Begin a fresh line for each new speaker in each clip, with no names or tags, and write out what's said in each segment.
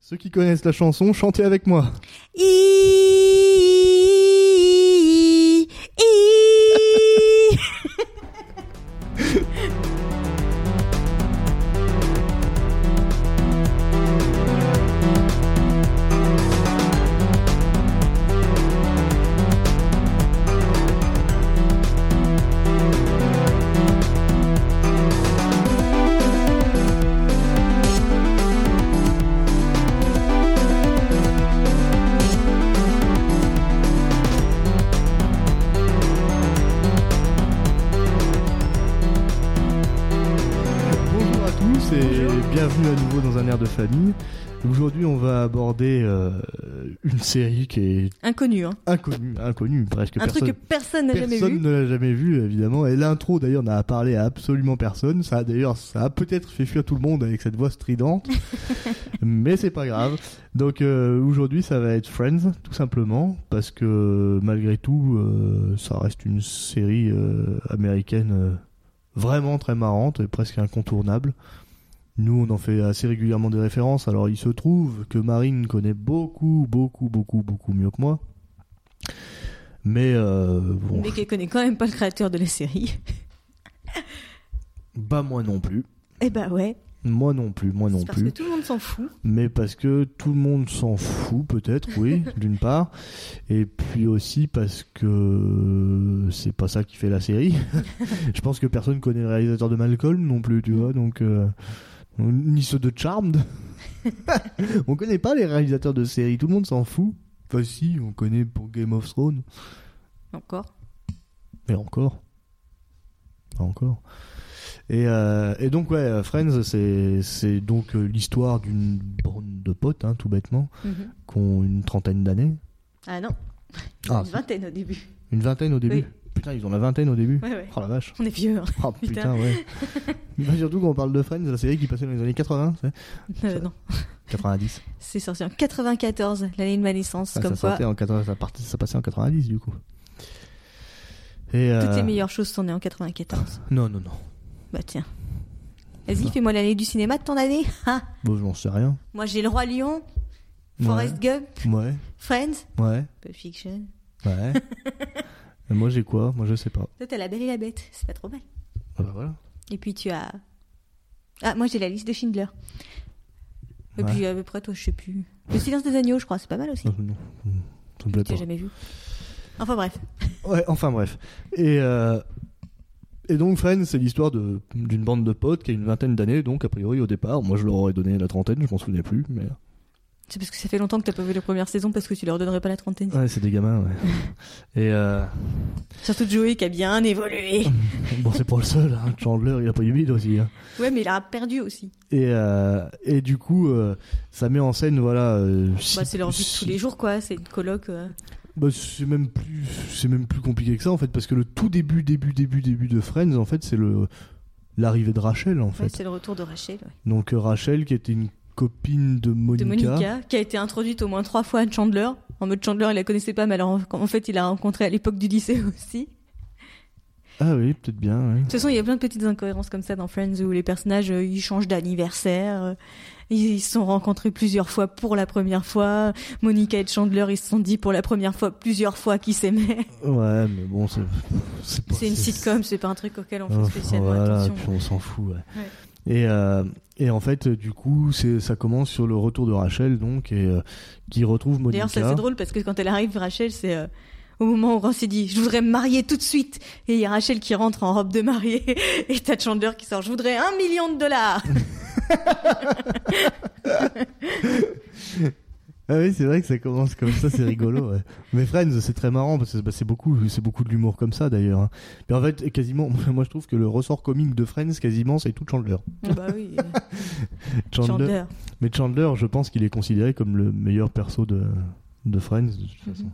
Ceux qui connaissent la chanson, chantez avec moi.
I, I.
Bonjour à tous et bienvenue à nouveau dans un air de famille. Aujourd'hui, on va aborder euh, une série qui est
Inconnu, hein.
inconnue, inconnue presque
un truc
personne.
que personne n'a jamais
Personne
vu.
ne l'a jamais vu, évidemment. Et l'intro, d'ailleurs, n'a parlé à absolument personne. Ça, d'ailleurs, ça a peut-être fait fuir tout le monde avec cette voix stridente. mais c'est pas grave. Donc, euh, aujourd'hui, ça va être Friends, tout simplement. Parce que, malgré tout, euh, ça reste une série euh, américaine euh, vraiment très marrante et presque incontournable. Nous, on en fait assez régulièrement des références. Alors, il se trouve que Marine connaît beaucoup, beaucoup, beaucoup, beaucoup mieux que moi. Mais euh, bon,
Mais qui connaît quand même pas le créateur de la série.
Bah moi non plus.
Eh bah ouais,
Moi non plus, moi non
c'est parce que
plus.
tout le monde s'en fout.
Mais parce que tout le monde s'en fout peut-être, oui, d'une part. Et puis aussi parce que c'est pas ça qui fait la série. Je pense que personne connaît le réalisateur de Malcolm non plus,
Mm.
tu vois. Donc euh, ni ceux de Charmed. on connaît pas les réalisateurs de séries, tout le monde s'en fout. Enfin si, on connaît pour Game of Thrones.
Encore.
Mais encore. Pas encore. Et, euh, et donc, ouais, Friends, c'est c'est donc euh, l'histoire d'une bande de potes, hein, tout bêtement,
Mhm.
qui ont une trentaine d'années.
Ah non,
Ah,
une vingtaine au début.
une vingtaine au début
Oui.
Putain, ils ont la vingtaine au début
Ouais, ouais.
Oh la vache.
On est vieux. hein.
Oh putain, ouais. Mais surtout quand on parle de Friends, la série qui passait dans les années 80, c'est
Euh, non,
90.
c'est sorti en 94, l'année de ma naissance.
Ah,
comme
ça,
quoi,
sortait en 80, ça, partait- ça passait en 90 du coup. Et, euh, Ah.
toutes les meilleures choses sont nées en 94.
Non, non, non.
Bah tiens. Vas-y,
Ah.
fais-moi l'année du cinéma de ton année. Ah,
Bon, j'en sais rien.
Moi, j'ai le roi lion,
Ouais.
Forrest Gump,
Ouais,
Friends,
ouais.
Pulp Fiction.
Ouais. Et moi j'ai quoi Moi je sais pas.
Toi, t'as la belle et la bête, c'est pas trop mal.
Ah bah voilà.
Et puis tu as. Ah, moi j'ai la liste de Schindler. Et
Ouais.
puis à peu près, toi, je sais plus. Le silence des agneaux, je crois, c'est pas mal aussi.
Non, non, non, ça me plaît
T'as
pas.
jamais vu. Enfin bref.
Ouais, enfin bref. Et, euh, et donc Friends, c'est l'histoire de- d'une bande de potes qui a une vingtaine d'années, donc a priori au départ, moi je leur aurais donné la trentaine, je m'en souvenais plus, mais
C'est parce que ça fait longtemps que t'as pas vu la première saison parce que tu leur donnerais pas la trentaine.
ouais, c'est des gamins, ouais. Et euh,
Surtout Joey qui a bien évolué.
bon, c'est pas le seul, hein. Chandler il a pas eu bide aussi. hein.
ouais, mais il a perdu aussi.
Et, euh, et du coup, euh, ça met en scène, voilà. euh,
Bah,
six-
c'est leur vie de tous les jours, quoi. C'est une coloc. euh.
Bah, c'est même plus c'est même plus compliqué que ça en fait parce que le tout début début début début de Friends en fait c'est le l'arrivée de Rachel en fait.
Ouais, c'est le retour de Rachel. ouais.
Donc euh, Rachel qui était une copine de
De
Monica.
Monica, qui a été introduite au moins trois fois à Chandler. En mode Chandler, il la connaissait pas, mais alors en- en fait, il l'a rencontrée à l'époque du lycée aussi.
Ah oui, peut-être bien. ouais.
De toute façon, il y a plein de petites incohérences comme ça dans Friends où les personnages euh, ils changent d'anniversaire, euh, ils ils se sont rencontrés plusieurs fois pour la première fois. Monica et Chandler ils se sont dit pour la première fois plusieurs fois qu'ils s'aimaient.
Ouais, mais bon, c'est c'est pas-
C'est une sitcom, c'est pas un truc auquel on fait
Oh,
spécialement
voilà,
attention.
puis on s'en fout. ouais. Et, euh, et en fait, euh, du coup, c'est ça commence sur le retour de Rachel donc et euh, qui retrouve Monica.
D'ailleurs, ça c'est drôle parce que quand elle arrive, Rachel, c'est euh, au moment où Ross s'est dit je voudrais me marier tout de suite et il y a Rachel qui rentre en robe de mariée et t'as Chandler qui sort je voudrais un million de dollars.
Ah oui, c'est vrai que ça commence comme ça, c'est rigolo. ouais. Mais Friends, c'est très marrant parce que bah, c'est beaucoup, c'est beaucoup de l'humour comme ça d'ailleurs. hein. Mais en fait, quasiment, moi je trouve que le ressort comique de Friends, quasiment, c'est tout Chandler.
Ah bah oui,
Chandler.
Chandler.
Mais Chandler, je pense qu'il est considéré comme le meilleur perso de, de Friends de toute façon.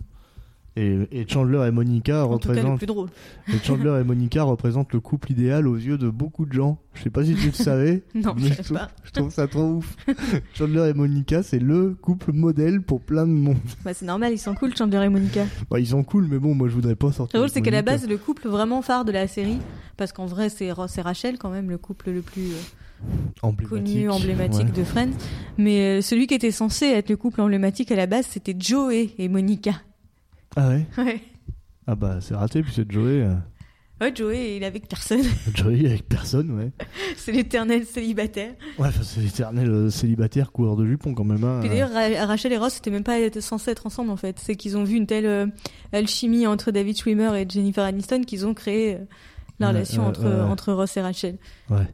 Et, et Chandler et Monica
Mhm. En tout cas le
représentent.
plus drôle.
et Chandler et Monica représentent le couple idéal aux yeux de beaucoup de gens. Je sais pas si tu le savais.
Non,
mais
je
je
sais
trouve-
pas.
je trouve ça trop ouf. Chandler et Monica, c'est le couple modèle pour plein de monde.
Bah, c'est normal, ils sont cool Chandler et Monica.
Bah, ils sont cool, mais bon, moi je voudrais pas sortir.
Le drôle,
avec
c'est qu'à la
Monica.
base, le couple vraiment phare de la série, parce qu'en vrai, c'est Ross et Rachel quand même, le couple le plus euh,
Emblématique.
connu, emblématique
ouais.
de Friends. Mais euh, celui qui était censé être le couple emblématique à la base, c'était Joey et Monica.
Ah ouais
Ouais.
Ah bah c'est raté puisque Joey, euh,
Ouais, Joey, il est avec personne.
Joey avec personne, ouais.
C'est l'éternel célibataire.
Ouais, enfin, c'est l'éternel euh, célibataire coureur de jupons quand même. hein.
Puis d'ailleurs, Ra- Rachel et Ross, c'était même pas être- censé être ensemble en fait. C'est qu'ils ont vu une telle euh, alchimie entre David Schwimmer et Jennifer Aniston qu'ils ont créé euh, la
Ouais,
relation
ouais,
entre,
ouais, ouais.
entre Ross et Rachel.
Ouais.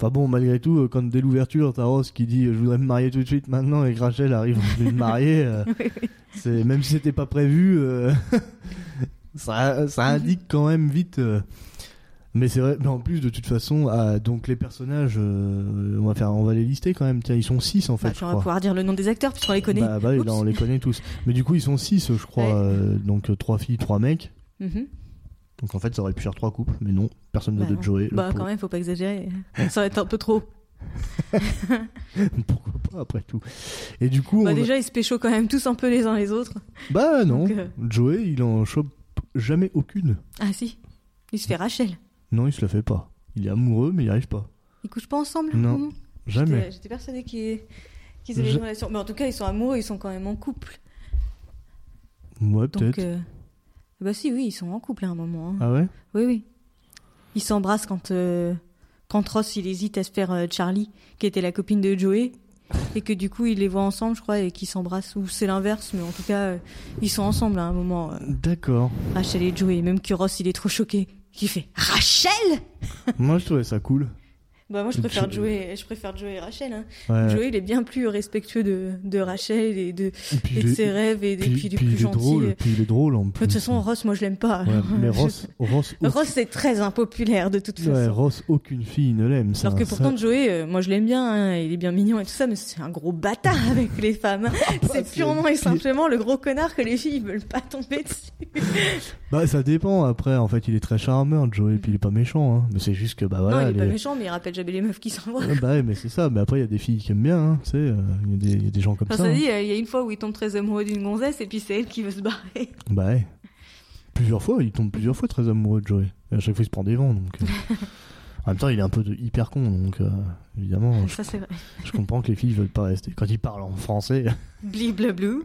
Enfin bon, malgré tout, euh, quand dès l'ouverture, t'as Ross qui dit euh, je voudrais me marier tout de suite maintenant et que Rachel arrive à me marier, euh, c'est même si c'était pas prévu, euh, ça, ça indique quand même vite. euh, mais c'est vrai, mais en plus de toute façon, ah, donc les personnages, euh, on va faire, on va les lister quand même. Tiens, ils sont six en fait.
Bah,
je
on va
crois.
pouvoir dire le nom des acteurs puisqu'on les connaît.
Bah, bah oui,
Oups.
là, on les connaît tous. Mais du coup, ils sont six, je crois.
Ouais.
euh, donc euh, trois filles, trois mecs.
Mhm.
Donc en fait, ça aurait pu faire trois couples, mais non, personne ne
Bah,
veut de
non.
Joey. le
Bah
pauvre.
quand même, faut pas exagérer. Ça va être un peu trop.
Pourquoi pas après tout. Et du coup,
Bah,
on a-
déjà, ils se pécho quand même tous un peu les uns les autres.
bah non,
Donc, euh,
Joey, il en chope jamais aucune.
Ah si, il se fait Rachel.
Non, il se la fait pas. Il est amoureux, mais il n'y arrive pas.
Ils couchent pas ensemble
Non,
au moins
Jamais.
J'étais- J'étais persuadée qu'ils qu'ils avaient
Je-
une relation. Mais en tout cas, ils sont amoureux, ils sont quand même en couple.
Ouais,
Donc,
peut-être.
euh, bah si, oui, ils sont en couple à un moment. hein.
Ah ouais.
Oui, oui. Ils s'embrassent quand, euh, quand Ross il hésite à se faire euh, Charlie, qui était la copine de Joey, et que du coup il les voit ensemble, je crois, et qu'ils s'embrassent. Ou c'est l'inverse, mais en tout cas, euh, ils sont ensemble à un moment, euh,
D'accord.
Rachel et Joey. Même que Ross il est trop choqué, qui fait Rachel
Moi, je trouvais ça cool.
Bah moi je
Et
préfère
puis-
Joey, je préfère Joey et Rachel. hein.
Ouais.
Joey il est bien plus respectueux de, de Rachel et de,
Et puis,
et
il
de
est-
ses rêves, et, et
puis-
puis il est
puis
plus
il est
gentil.
drôle. Puis il est drôle en
Mais
plus.
de toute façon, Ross, moi je l'aime pas.
Ouais,
alors,
mais
euh,
Ross, Ross,
je- Ross c'est très impopulaire de toute
aucune- ouais,
façon.
Ross, aucune fille ne l'aime. c'est
Alors
un
que pourtant
sale-
Joey, euh, moi je l'aime bien, hein, il est bien mignon et tout ça, mais c'est un gros bâtard avec les femmes. hein. c'est
Bah, c'est
purement et
pire.
simplement le gros connard que les filles veulent pas tomber dessus.
Bah, ça dépend. Après, en fait, il est très charmeur, Joey. Puis il est pas méchant. hein. Mais c'est juste que bah voilà.
non, il est
les-
pas méchant, mais il rappelle jamais les meufs qui s'envoient.
Ouais, bah ouais, mais c'est ça. Mais après, il y a des filles qui aiment bien. hein, Tu sais, euh, il y a des- il y, a des gens comme
Enfin,
ça.
ça
hein.
dit, euh, il y a une fois où il tombe très amoureux d'une gonzesse et puis c'est elle qui veut se barrer.
Bah ouais. Plusieurs fois, il tombe plusieurs fois très amoureux de Joey. Et à chaque fois, il se prend des vents. Donc, euh. en même temps, il est un peu de hyper con. Donc, euh, évidemment, je,
ça c'est vrai.
je comprends que les filles veulent pas rester. Quand il parle en français,
Bliblablou.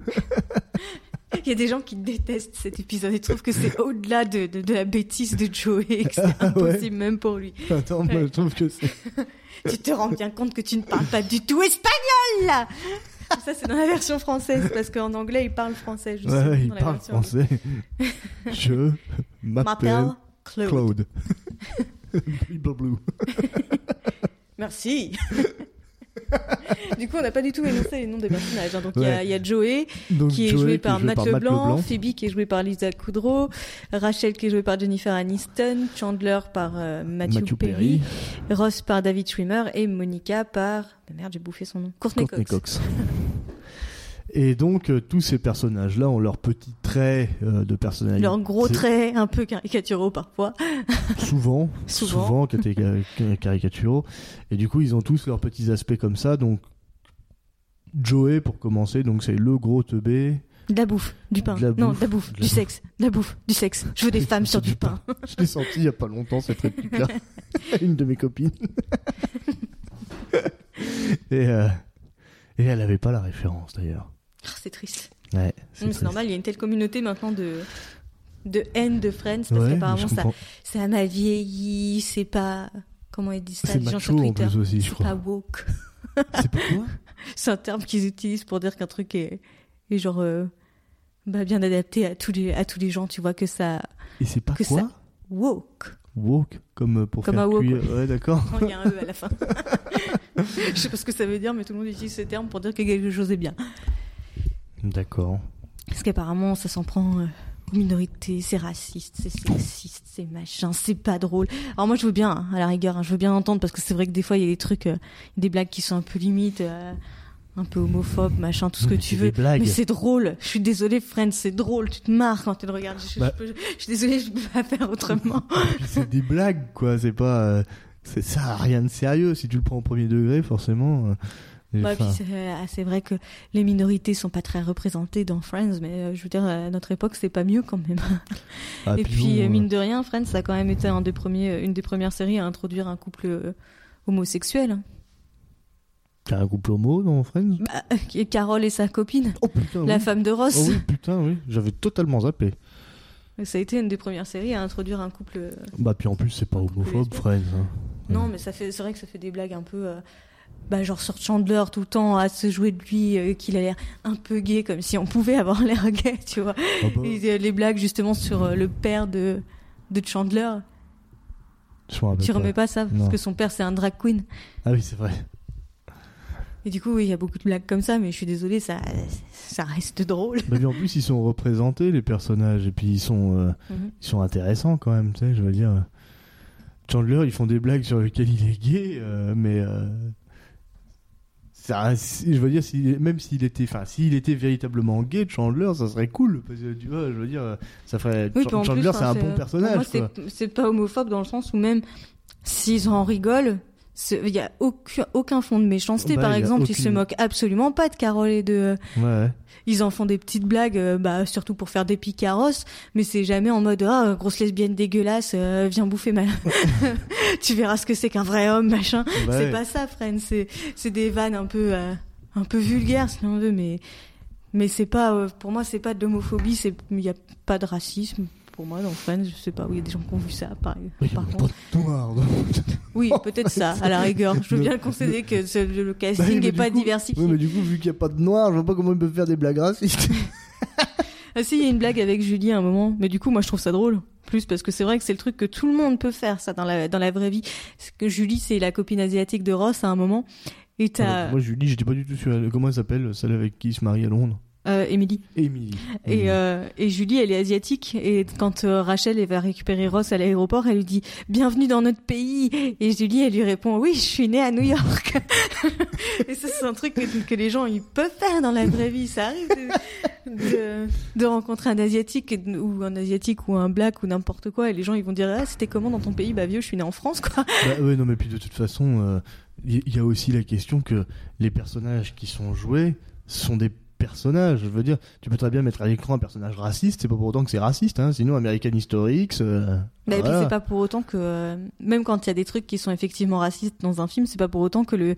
Il y a des gens qui détestent cet épisode et trouvent que c'est au-delà de, de, de la bêtise de Joey et que c'est
Ah ouais.
impossible même pour lui.
attends, moi,
Ouais.
je trouve que c'est.
Tu te rends bien compte que tu ne parles pas du tout espagnol Ça, c'est dans la version française, parce qu'en anglais, il parle français,
Ouais,
justement.
ouais, il
dans la
parle
version-
français. je
M'appelle
m'appelle
Claude.
Claude. Blablabla.
Merci Du coup, on n'a pas du tout énoncé les noms des personnages. hein. Donc, il y a-
Ouais.
il y, a Joey,
Donc,
qui est
Joey,
joué par
qui est
Matt Leblanc, Phoebe, qui est jouée par Lisa Kudrow, Rachel, qui est jouée par Jennifer Aniston, Chandler par euh, Matthew,
Matthew
Perry,
Perry,
Ross par David Schwimmer et Monica par... Bah merde, j'ai bouffé son nom. Courtney,
Courtney
Cox.
Cox. Et donc, euh, tous ces personnages-là ont leurs petits traits euh, de personnalité.
Leurs gros
C'est-
traits un peu caricaturaux parfois.
souvent,
Souvent.
souvent, cata- ca- caricaturaux. Et du coup, ils ont tous leurs petits aspects comme ça. Donc, Joey, pour commencer, donc c'est le gros teubé.
De la bouffe, du pain.
De la
non,
bouffe,
de la bouffe,
de la
du
bouffe.
sexe, de la bouffe, du sexe. Je veux des femmes sur du pain.
Je l'ai sorti il y a pas longtemps cette réplique-là. Une de mes copines. et, euh, et elle avait pas la référence d'ailleurs.
Ah, c'est triste.
Ouais,
Mais C'est
triste.
normal, il y a une telle communauté maintenant de de haine de Friends parce
Ouais,
qu'apparemment
je
ça,
comprends.
ça m'a vieilli. C'est pas comment ils disent ça
C'est
les gens sur
macho en
Twitter.
plus aussi, je
C'est
crois.
pas woke.
C'est pourquoi
C'est un terme qu'ils utilisent pour dire qu'un truc est, est genre euh, bah, bien adapté à tous les à tous les gens. Tu vois que ça
Et c'est pas
Que
quoi
ça- woke.
Walk comme euh, pour
Comme
faire
un wok,
cuire. Ouais, d'accord.
Quand il y a un e à la fin. Je sais pas ce que ça veut dire, mais tout le monde utilise ce terme pour dire que quelque chose est bien.
D'accord.
Parce qu'apparemment, ça s'en prend euh, aux minorités, c'est raciste, c'est sexiste, c'est machin, c'est pas drôle. Alors moi, je veux bien, hein, à la rigueur, hein, je veux bien entendre, parce que c'est vrai que des fois, il y a des trucs, euh, des blagues qui sont un peu limites, euh, un peu homophobes, machin, tout ce que
Mais
tu
c'est
veux.
des blagues.
Mais c'est drôle. Je suis désolée, Friends, c'est drôle. Tu te marres quand tu le regardes. Je, je
Bah.
peux- je suis désolée, je peux pas faire autrement.
Puis c'est des blagues, quoi. C'est pas. euh, c'est ça, rien de sérieux. Si tu le prends au premier degré, forcément. euh, et
Bah, puis
enfin,
c'est euh, ah, c'est vrai que les minorités sont pas très représentées dans Friends, mais euh, je veux dire, à notre époque, c'est pas mieux quand même.
ah,
Et
puis
puis,
bon,
euh, mine de rien, Friends, ça a quand même été un des premiers, une des premières séries à introduire un couple euh, homosexuel. hein.
T'as un couple homo dans Friends
Bah, euh, Carole et sa copine,
Oh putain,
la
oui.
femme de Ross.
Oh oui, putain, oui. J'avais totalement zappé.
Ça a été une des premières séries à introduire un couple. euh,
Bah, puis en plus, c'est pas homophobe, Friends. hein.
Non, mais ça fait, c'est vrai que ça fait des blagues un peu. euh, bah, genre sur Chandler tout le temps à se jouer de lui, euh, qu'il a l'air un peu gay, comme si on pouvait avoir l'air gay, tu vois.
Ah bah,
Et, euh, les blagues justement sur euh, le père de, de Chandler.
je m'en rappelle
Tu
pas.
remets pas ça,
Non.
parce que son père c'est un drag queen.
Ah oui, c'est vrai.
Et du coup, oui, il y a beaucoup de blagues comme ça, mais je suis désolée, ça, ça reste drôle.
Bah, puis en plus, ils sont représentés, les personnages, et puis ils sont, euh,
Mhm.
ils sont intéressants quand même, tu sais, je veux dire. euh, Chandler, ils font des blagues sur lequel il est gay, euh, mais. euh, ça, si- je veux dire, si, même s'il était, enfin, s'il était véritablement gay, Chandler, ça serait cool, parce que tu vois, je veux dire, ça ferait.
Oui,
Chan-
puis en
Chandler,
plus,
c'est
hein,
un bon personnage,
pour moi,
quoi.
c'est- C'est pas homophobe dans le sens où même s'ils en rigolent, c'est- il n'y a aucun, aucun fond de méchanceté.
Bah,
Par
il y a
exemple, ils
aucune-
se moquent absolument pas de Carole et de. euh,
Ouais, ouais.
Ils en font des petites blagues, euh, bah, surtout pour faire des picaros, mais c'est jamais en mode ah grosse lesbienne dégueulasse, euh, viens bouffer ma. tu verras ce que c'est qu'un vrai homme, machin.
Bah,
c'est
ouais.
pas ça, Fren. C'est c'est des vannes un peu euh, un peu vulgaires si on veut, mais mais c'est pas euh, pour moi c'est pas de l'homophobie, c'est il y a pas de racisme. Pour moi, dans Friends, je sais pas, oui, il y a des gens qui ont vu ça, par,
Oui,
par
mais
contre.
pas de noir, donc.
Oui, peut-être ça, à la rigueur. Je veux
Le-
bien concéder que ce- le
Bah oui,
casting
mais
n'est
du
pas
coup-
diversifié.
Oui, mais du coup, vu qu'il n'y a pas de noir, je vois pas comment ils peuvent faire des blagues racistes.
Ah si, il y a une blague avec Julie à un moment, mais du coup, moi, je trouve ça drôle. Plus parce que c'est vrai que c'est le truc que tout le monde peut faire, ça, dans la, dans la vraie vie. Parce que Julie, c'est la copine asiatique de Ross à un moment, et
Ah bah,
t'as
Moi, Julie, j'étais pas du tout sur elle. Comment elle s'appelle, celle avec qui il se marie à Londres
euh, Emily.
Émilie.
Et, euh, et Julie, elle est asiatique. Et quand euh, Rachel elle va récupérer Ross à l'aéroport, elle lui dit Bienvenue dans notre pays. Et Julie, elle lui répond Oui, je suis née à New York. et ça, c'est un truc que, que les gens ils peuvent faire dans la vraie vie. Ça arrive de, de, de rencontrer un asiatique et de- ou un asiatique ou un black ou n'importe quoi. Et les gens ils vont dire Ah, c'était comment dans ton pays Bah vieux, je suis né en France, quoi.
Bah, ouais, non, mais puis de toute façon, euh, il y, y a aussi la question que les personnages qui sont joués sont des personnages. Je veux dire, tu peux très bien mettre à l'écran un personnage raciste, c'est pas pour autant que c'est raciste, hein. sinon American History X. euh,
Bah, et puis
voilà.
c'est pas pour autant que euh, même quand il y a des trucs qui sont effectivement racistes dans un film, c'est pas pour autant que le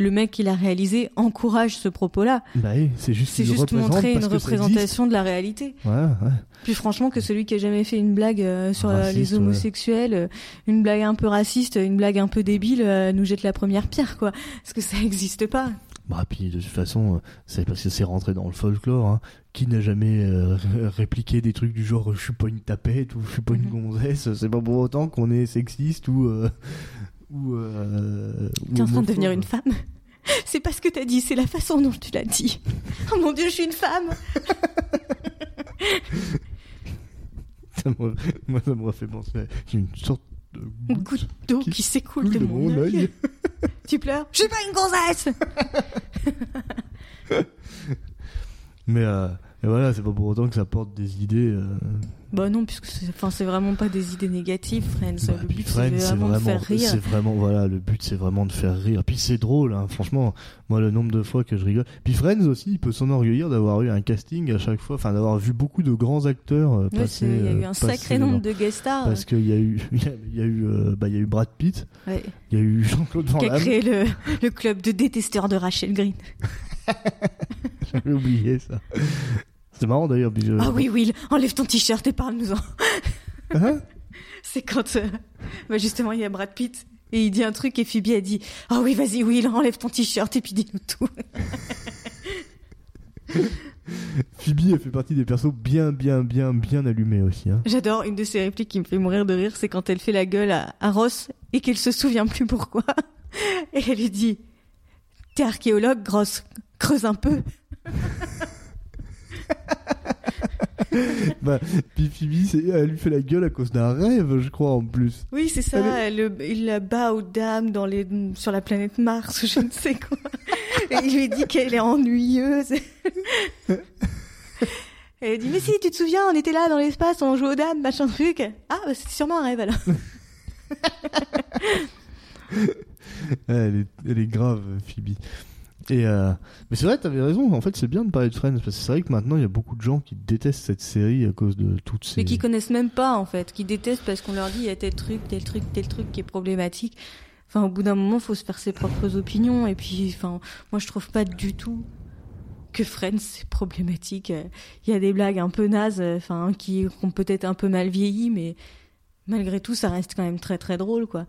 le mec qui l'a réalisé encourage ce propos-là.
Bah oui, c'est juste,
C'est
qu'ils le
juste
représentent
montrer une
parce que ça existe.
représentation de la réalité.
Voilà, ouais.
Puis franchement, que celui qui a jamais fait une blague euh, sur euh,
Raciste,
les
ouais.
homosexuels, euh, une blague un peu raciste, une blague un peu débile, euh, nous jette la première pierre, quoi. Parce que ça n'existe pas.
Bah, puis de toute façon, euh, c'est parce que c'est rentré dans le folklore. hein. Qui n'a jamais euh, ré- répliqué des trucs du genre euh, je suis pas une tapette ou je suis pas une
Mhm.
gonzesse C'est pas pour autant qu'on est sexiste ou. euh, ou. euh, ou
T'es en train de
homophobe.
devenir une femme. C'est pas ce que t'as dit, c'est la façon dont tu l'as dit. Oh mon dieu, je suis une femme
Ça me- Moi, ça me fait penser à une sorte de.
Une goutte d'eau
Qui
qui s'écoule de mon œil. Tu pleures Je suis pas une gonzesse
Mais euh, et voilà, c'est pas pour autant que ça porte des idées. euh,
Bah non, puisque c'est enfin, c'est vraiment pas des idées négatives, Friends.
Bah,
le
puis
but,
Friends,
c'est vraiment de faire rire.
c'est vraiment- voilà, le but c'est vraiment de faire rire. Puis c'est drôle, hein, franchement, moi le nombre de fois que je rigole. Puis Friends aussi, il peut s'enorgueillir d'avoir eu un casting à chaque fois, enfin d'avoir vu beaucoup de grands acteurs euh,
Ouais, c'est-
passer.
Il y a
euh,
eu un
passer
sacré
dedans.
nombre de guest stars.
Parce qu'il y a eu, il y a- il y a eu, euh, bah, il y a eu Brad Pitt,
Ouais.
il y a eu Jean-Claude Van
qui a
Damme.
créé le, le club de détesteurs de Rachel Green.
J'avais oublié ça. C'est marrant d'ailleurs. puis je-
Ah oui, Will, enlève ton t-shirt et parle-nous-en.
Hein
C'est quand euh, bah justement il y a Brad Pitt et il dit un truc et Phoebe a dit Ah oui, vas-y, Will, enlève ton t-shirt et puis dis-nous tout.
Phoebe, elle fait partie des persos bien, bien, bien, bien allumés aussi. Hein.
J'adore une de ses répliques qui me fait mourir de rire, c'est quand elle fait la gueule à, à Ross et qu'elle se souvient plus pourquoi. Et elle lui dit T'es archéologue, grosse, creuse un peu.
Bah, puis Phoebe, c'est- elle lui fait la gueule à cause d'un rêve, je crois en plus.
Oui, c'est ça. elle- il la bat aux dames dans les, sur la planète Mars, ou je ne sais quoi. Et il lui dit qu'elle est ennuyeuse. Et elle dit, mais si, tu te souviens, on était là dans l'espace, on jouait aux dames, machin truc. Ah, bah, c'est sûrement un rêve alors.
Elle est, elle est grave, euh, Phoebe. Et euh, Mais c'est vrai, t'avais raison. En fait, c'est bien de parler de Friends parce que c'est vrai que maintenant, il y a beaucoup de gens qui détestent cette série à cause de toutes ces.
Mais qui connaissent même pas, en fait, qui détestent parce qu'on leur dit, il y a tel truc, tel truc, tel truc qui est problématique. Enfin, au bout d'un moment, faut se faire ses propres opinions. Et puis, enfin, moi, je trouve pas du tout que Friends c'est problématique. Euh, Il y a des blagues un peu nazes, euh, enfin, qui ont peut-être un peu mal vieilli, mais malgré tout, ça reste quand même très très drôle, quoi.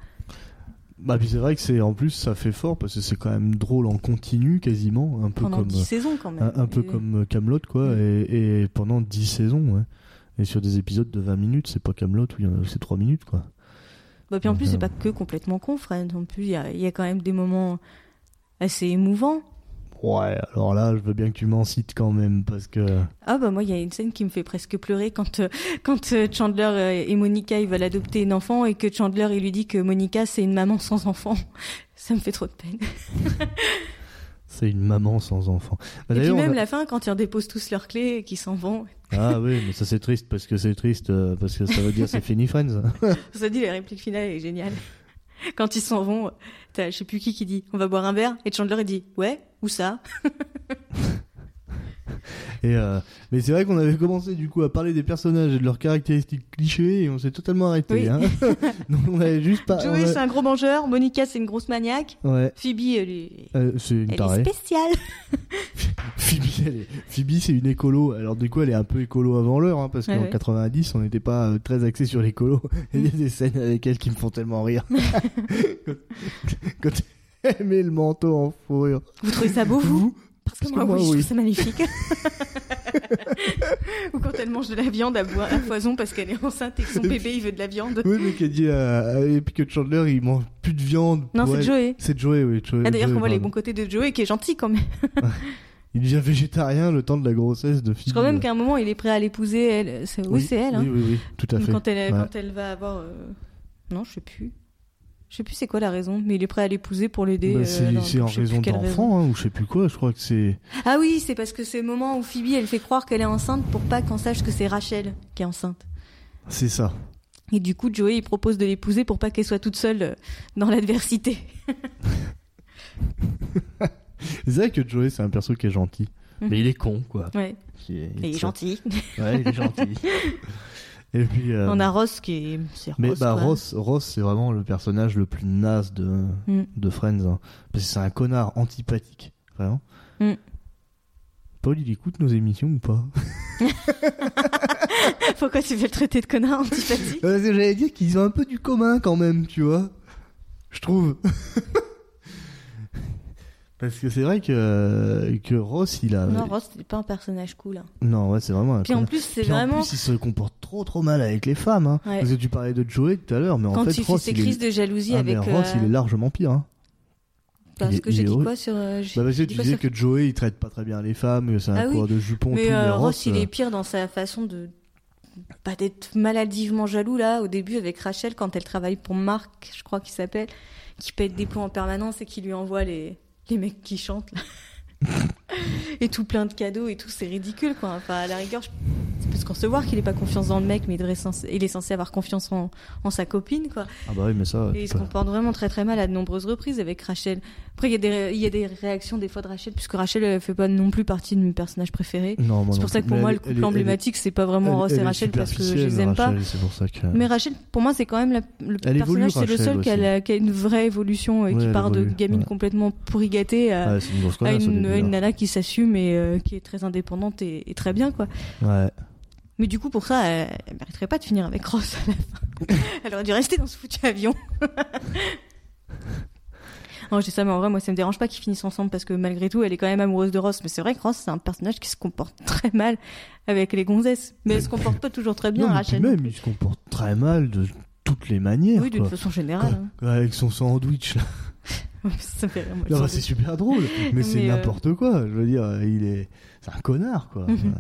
Bah puis c'est vrai que c'est en plus ça fait fort parce que c'est quand même drôle en continu quasiment, un peu
Pendant
comme
10 saisons, quand même.
un, un peu
Et-
comme euh, Camelot quoi,
Mm.
et, et pendant 10 saisons. ouais. Et sur des épisodes de 20 minutes, c'est pas Camelot où il y en a- c'est 3 minutes quoi.
Bah, puis en plus,
Donc,
c'est pas que complètement con, Friends. En plus, il y a, il y a quand même des moments assez émouvants.
Ouais, alors là, je veux bien que tu m'en cites quand même parce que
Ah bah moi il y a une scène qui me fait presque pleurer quand euh, quand euh, Chandler euh, et Monica ils veulent adopter un enfant et que Chandler il lui dit que Monica c'est une maman sans enfant. Ça me fait trop de peine.
Bah, c'est une maman sans enfant. Bah,
et puis
d'ailleurs, on
même
a-
la fin quand ils redéposent tous leurs clés et qu'ils s'en vont,
Ah oui, mais ça c'est triste parce que c'est triste euh, parce que ça veut dire c'est fini Friends.
ça dit la réplique finale elle est géniale. Quand ils s'en vont, t'as je sais plus qui qui dit on va boire un verre et Chandler il dit ouais où ça
Et euh, mais c'est vrai qu'on avait commencé du coup à parler des personnages et de leurs caractéristiques clichés et on s'est totalement arrêté.
Oui.
Hein Donc on avait juste pas. Ah, on
Joey
avait-
c'est un gros mangeur, Monica c'est une grosse maniaque,
Ouais.
Phoebe elle est,
Euh, c'est une
elle est
tarée.
spéciale.
Phoebe, elle est- Phoebe, c'est une écolo. Alors du coup, elle est un peu écolo avant l'heure, hein, parce
Ouais,
qu'en
ouais.
90, on n'était pas euh, très axé sur l'écolo. Et Il y a des scènes avec elle qui me font tellement rire. quand, quand elle met le manteau en fourrure.
Vous trouvez ça beau vous Parce que
Parce
moi,
que moi,
oui, je
oui.
trouve ça magnifique. Ou quand elle mange de la viande à, boi- à foison parce qu'elle est enceinte et que son bébé il veut de la viande.
Oui, mais qu'elle dit à, à- et puis que Chandler, il mange plus de viande.
Non,
Ouais,
c'est Joey.
C'est Joey, oui. Joey-
Ah, d'ailleurs,
Joey,
qu'on voit les
pardon.
bons côtés de Joey qui est gentil quand même.
Il devient végétarien le temps de la grossesse de Phoebe.
Je crois même qu'à un moment il est prêt à l'épouser. Elle. C'est- Oui, c'est elle. hein.
Oui, oui, oui, tout à
Mais
fait.
Quand, elle,
Ouais.
quand elle va avoir. euh, Non, je sais plus. Je sais plus c'est quoi la raison, mais il est prêt à l'épouser pour l'aider.
Bah,
euh,
c'est
dans-
c'est en
je sais plus
raison
quelle
d'enfant, hein, ou je sais plus quoi, je crois que c'est.
Ah oui, c'est parce que c'est le moment où Phoebe elle fait croire qu'elle est enceinte pour pas qu'on sache que c'est Rachel qui est enceinte.
C'est ça.
Et du coup, Joey, il propose de l'épouser pour pas qu'elle soit toute seule euh, dans l'adversité.
C'est vrai que Joey, c'est un perso qui est gentil.
Mhm.
Mais il est con, quoi.
Ouais,
Il est,
et il est gentil.
Ouais, il est gentil. Et puis. euh,
On a Ross qui est. c'est
Mais
Ross,
bah,
quoi.
Ross, Ross c'est vraiment le personnage le plus naze de,
Mm.
de Friends. hein. Parce que c'est un connard antipathique, vraiment.
Mm.
Paul, il écoute nos émissions ou pas
Pourquoi tu veux le traiter de connard antipathique
Parce que j'allais dire qu'ils ont un peu du commun quand même, tu vois. Je trouve. Parce que c'est vrai que, que Ross, il a.
Non, Ross, c'est pas un personnage cool. hein.
Non, ouais, c'est vraiment un
Puis en plus, c'est
Puis
vraiment.
En plus, il se comporte trop trop mal avec les femmes. Hein.
Ouais.
Parce que tu parlais de Joey tout à l'heure, mais en
Quand
fait,
il fait
Ross,
ses
il
crises
est...
de jalousie
Ah, mais
avec.
Ross,
euh,
il est largement pire. Hein. il
Parce
est-
que
il
j'ai
est
dit
heureux.
quoi sur. euh, j'ai
Bah, parce que
dit
tu
quoi
disais
sur-
que Joey, il traite pas très bien les femmes, euh, c'est un
Ah oui.
coureur de jupon, tout,
Mais euh,
Ross,
Ross, il
euh,
est pire dans sa façon de. Pas d'être maladivement jaloux là, au début avec Rachel, quand elle travaille pour Marc, je crois qu'il s'appelle, qui pète des plombs en permanence et qui lui envoie les, les mecs qui chantent là. et tout plein de cadeaux et tout, c'est ridicule quoi. Enfin, à la rigueur, je... c'est parce qu'on se voit qu'il n'ait pas confiance dans le mec, mais il, devrait sens- il est censé avoir confiance en, en sa copine quoi.
Ah bah oui, mais ça...
Et il
tu
se
peux-
comporte vraiment très très mal à de nombreuses reprises avec Rachel. Après, il y, a des ré- il y a des réactions des fois de Rachel, puisque Rachel elle fait pas non plus partie de mes personnages préférés.
Non, moi
C'est
non
pour ça
plus.
que pour
Mais
moi,
elle- elle-
le couple
elle-
emblématique, c'est pas
elle-
vraiment Ross
elle
et
est
Rachel parce que je les
superficielle,
aime pas.
Rachel, C'est pour ça que...
Mais Rachel, pour moi, c'est quand même la- le
Elle évolue,
personnage, c'est le
Rachel
seul qui a,
aussi.
la- qui a une vraie évolution et
Ouais,
qui
elle
part de
évolue,
gamine
ouais.
complètement pourri gâtée à,
Ouais, c'est une grosse
à
connasse au
une,
début,
à une
hein.
nana qui s'assume et euh, qui est très indépendante et, et très bien, quoi.
Ouais.
Mais du coup, pour ça, elle, elle mériterait pas de finir avec Ross à la fin. elle aurait dû rester dans ce foutu avion. Non, je dis ça, mais en vrai, moi, ça me dérange pas qu'ils finissent ensemble parce que malgré tout, elle est quand même amoureuse de Ross. Mais c'est vrai que Ross, c'est un personnage qui se comporte très mal avec les gonzesses. Mais elle se comporte pas toujours très bien,
non, mais puis
Rachel. non
même,
plus.
il se comporte très mal de toutes les manières,
Oui, d'une
quoi.
façon générale. hein.
Avec son sandwich, là.
ça me fait rire, moi, le
Non, bah,
sandwich.
c'est super drôle, mais c'est
Mais, euh,
n'importe quoi. Je veux dire, il est... C'est un connard, quoi.
Mhm.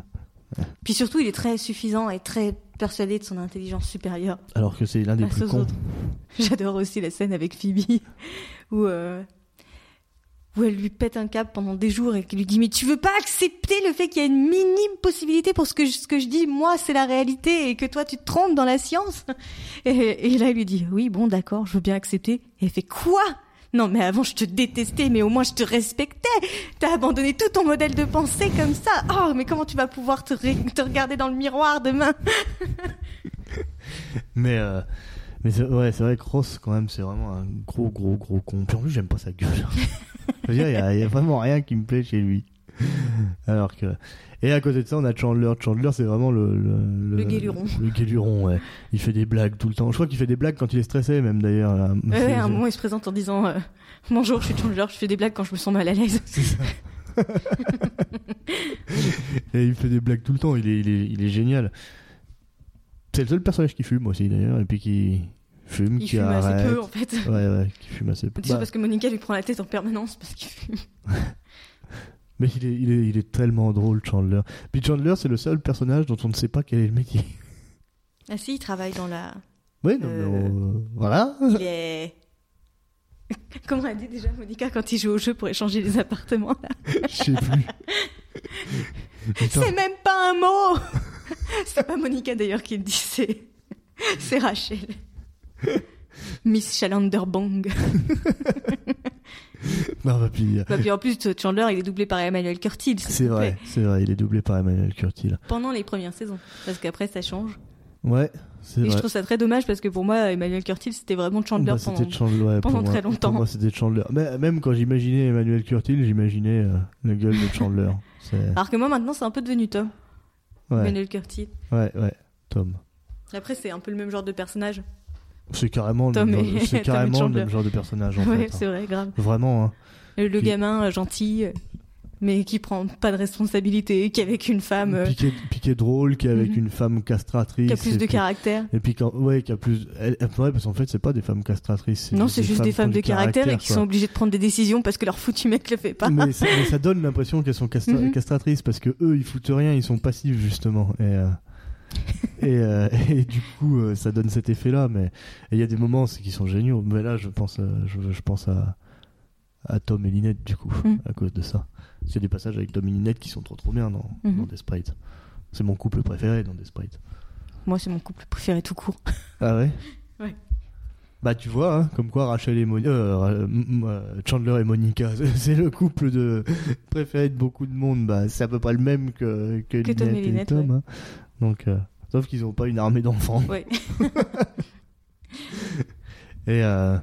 Puis surtout, il est très suffisant et très persuadé de son intelligence supérieure.
Alors que c'est l'un des
Face
plus
aux
cons.
autres. J'adore aussi la scène avec Phoebe où, euh, où elle lui pète un câble pendant des jours et qu'elle lui dit mais tu veux pas accepter le fait qu'il y a une minime possibilité pour ce que je, ce que je dis moi c'est la réalité et que toi tu te trompes dans la science et, et là il lui dit oui bon d'accord je veux bien accepter et elle fait quoi non mais avant je te détestais mais au moins je te respectais t'as abandonné tout ton modèle de pensée comme ça oh mais comment tu vas pouvoir te, ré- te regarder dans le miroir demain
Mais, euh, Mais c'est ouais, c'est vrai que Ross, quand même, c'est vraiment un gros, gros, gros con. Puis en plus, j'aime pas sa gueule. hein. Je veux dire, il y a, il y a vraiment rien qui me plaît chez lui. Alors que. Et à côté de ça, on a Chandler. Chandler, c'est vraiment le. Le,
Le guéluron.
Le guéluron, ouais. Il fait des blagues tout le temps. Je crois qu'il fait des blagues quand il est stressé, même d'ailleurs. là.
Ouais,
C'est-
à un moment, il se présente en disant euh, Bonjour, je suis Chandler, je fais des blagues quand je me sens mal à l'aise.
Et il fait des blagues tout le temps, il est, il est, il est génial. C'est le seul personnage qui fume aussi d'ailleurs, et puis qui fume,
Il
qui
fume
arrête.
assez peu en fait.
Ouais, ouais, qui fume assez peu.
C'est
Bah,
parce que Monica lui prend la tête en permanence parce qu'il fume.
mais il est, il, est, il est tellement drôle, Chandler. Puis Chandler, c'est le seul personnage dont on ne sait pas quel est le métier.
Ah si, il travaille dans la.
Oui, non,
Euh.
mais on- voilà.
Il est. Comment elle dit déjà Monica quand il joue au jeu pour échanger les appartements là
Je sais plus. Putain,
C'est même pas un mot C'est pas Monica d'ailleurs qui le dit, c'est. C'est Rachel. Miss Chalanderbong.
non, bah, puis, euh,
Bah, puis en plus, Chandler, il est doublé par Emmanuel Curtil. s'il
C'est
vous plaît.
vrai, c'est vrai, il est doublé par Emmanuel Curtil.
Pendant les premières saisons. Parce qu'après, ça change.
Ouais, c'est
Et
vrai.
je trouve ça très dommage parce que pour moi, Emmanuel Curtil, c'était vraiment Chandler
Bah,
pendant.
c'était Chandler, ouais, pour
pendant
moi.
très longtemps.
Pour moi, c'était Chandler. Mais, même quand j'imaginais Emmanuel Curtil, j'imaginais euh, la gueule de Chandler. C'est-
Alors que moi, maintenant, c'est un peu devenu Tom,
ouais,
Emmanuel Curtil.
ouais, ouais, Tom.
Après, c'est un peu le même genre de personnage.
C'est carrément, le
Tom
même,
et-
genre de- c'est
Tom et
carrément le
Chandler.
même genre de personnage, en
ouais,
fait.
c'est
hein.
vrai, grave.
Vraiment, hein.
Le, le
Qui-
gamin euh, gentil, euh, mais qui prend pas de responsabilité, qui est avec une femme, euh,
Piqué Piquet, Piquet drôle, qui est avec
Mhm.
une femme castratrice.
qui a plus
et
de
puis-
caractère.
Et puis, quand, ouais, qui a plus. elle- elle- ouais, parce qu'en fait, c'est pas des femmes castratrices.
Non, c'est juste des femmes
qui ont
de
du
caractère, et qui
quoi.
sont obligées de prendre des décisions parce que leur foutu mec le fait pas.
mais, ça, mais ça donne l'impression qu'elles sont castra-
Mhm.
castratrices parce que eux ils foutent rien, ils sont passifs justement. Et, euh, et, euh, et du coup euh, ça donne cet effet là. Mais et il y a des moments c'est qui sont géniaux. Mais là je pense, euh, je, je pense à, à Tom et Linette du coup
Mhm.
à cause de ça. Parce qu'il y a des passages avec Tom et Linette qui sont trop trop bien dans,
Mhm.
dans des sprites. C'est mon couple préféré dans des sprites.
Moi, c'est mon couple préféré tout court.
Ah ouais.
Ouais.
Bah tu vois, hein, comme quoi Rachel et euh, Monica, euh, Chandler et Monica, c'est- c'est le couple de préféré de beaucoup de monde. Bah c'est à peu près le même que que,
Que Tom et Lynette,
Tom. hein. Donc euh, sauf qu'ils n'ont pas une armée d'enfants.
Ouais.
Et euh,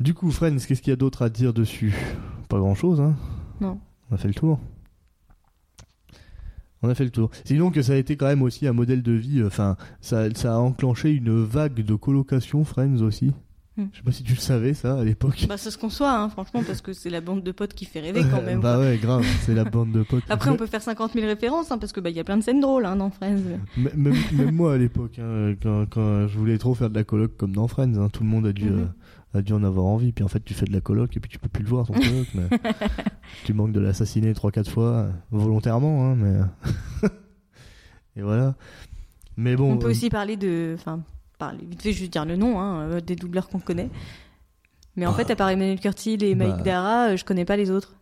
du coup, Friends, qu'est-ce qu'il y a d'autre à dire dessus Pas grand-chose, hein
Non.
On a fait le tour. On a fait le tour. Sinon que ça a été quand même aussi un modèle de vie. euh, Enfin, ça, ça a enclenché une vague de colocation Friends aussi.
Hmm.
Je sais pas si tu le savais ça à l'époque.
Bah, c'est ce qu'on soit, hein, franchement, parce que c'est la bande de potes qui fait rêver quand même.
bah
quoi.
ouais, grave. C'est la bande de potes.
Après, on peut faire 50 000 références, hein, parce que bah, il y a plein de scènes drôles hein, dans Friends.
M- Même, même moi à l'époque, hein, quand, quand je voulais trop faire de la coloc comme dans Friends, hein, tout le monde a dû,
Mhm.
euh, a dû en avoir envie. Puis en fait, tu fais de la coloc et puis tu peux plus le voir ton coloc. mais tu manques de l'assassiner 3-4 fois euh, volontairement. hein, mais... et voilà. Mais bon.
on peut
euh,
aussi parler de. Enfin, parler vite fait, juste dire le nom, hein, euh, des doubleurs qu'on connaît. Mais en
Bah.
fait, à part Emmanuel Curtil et Mike
Bah.
Dara, euh, je connais pas les autres.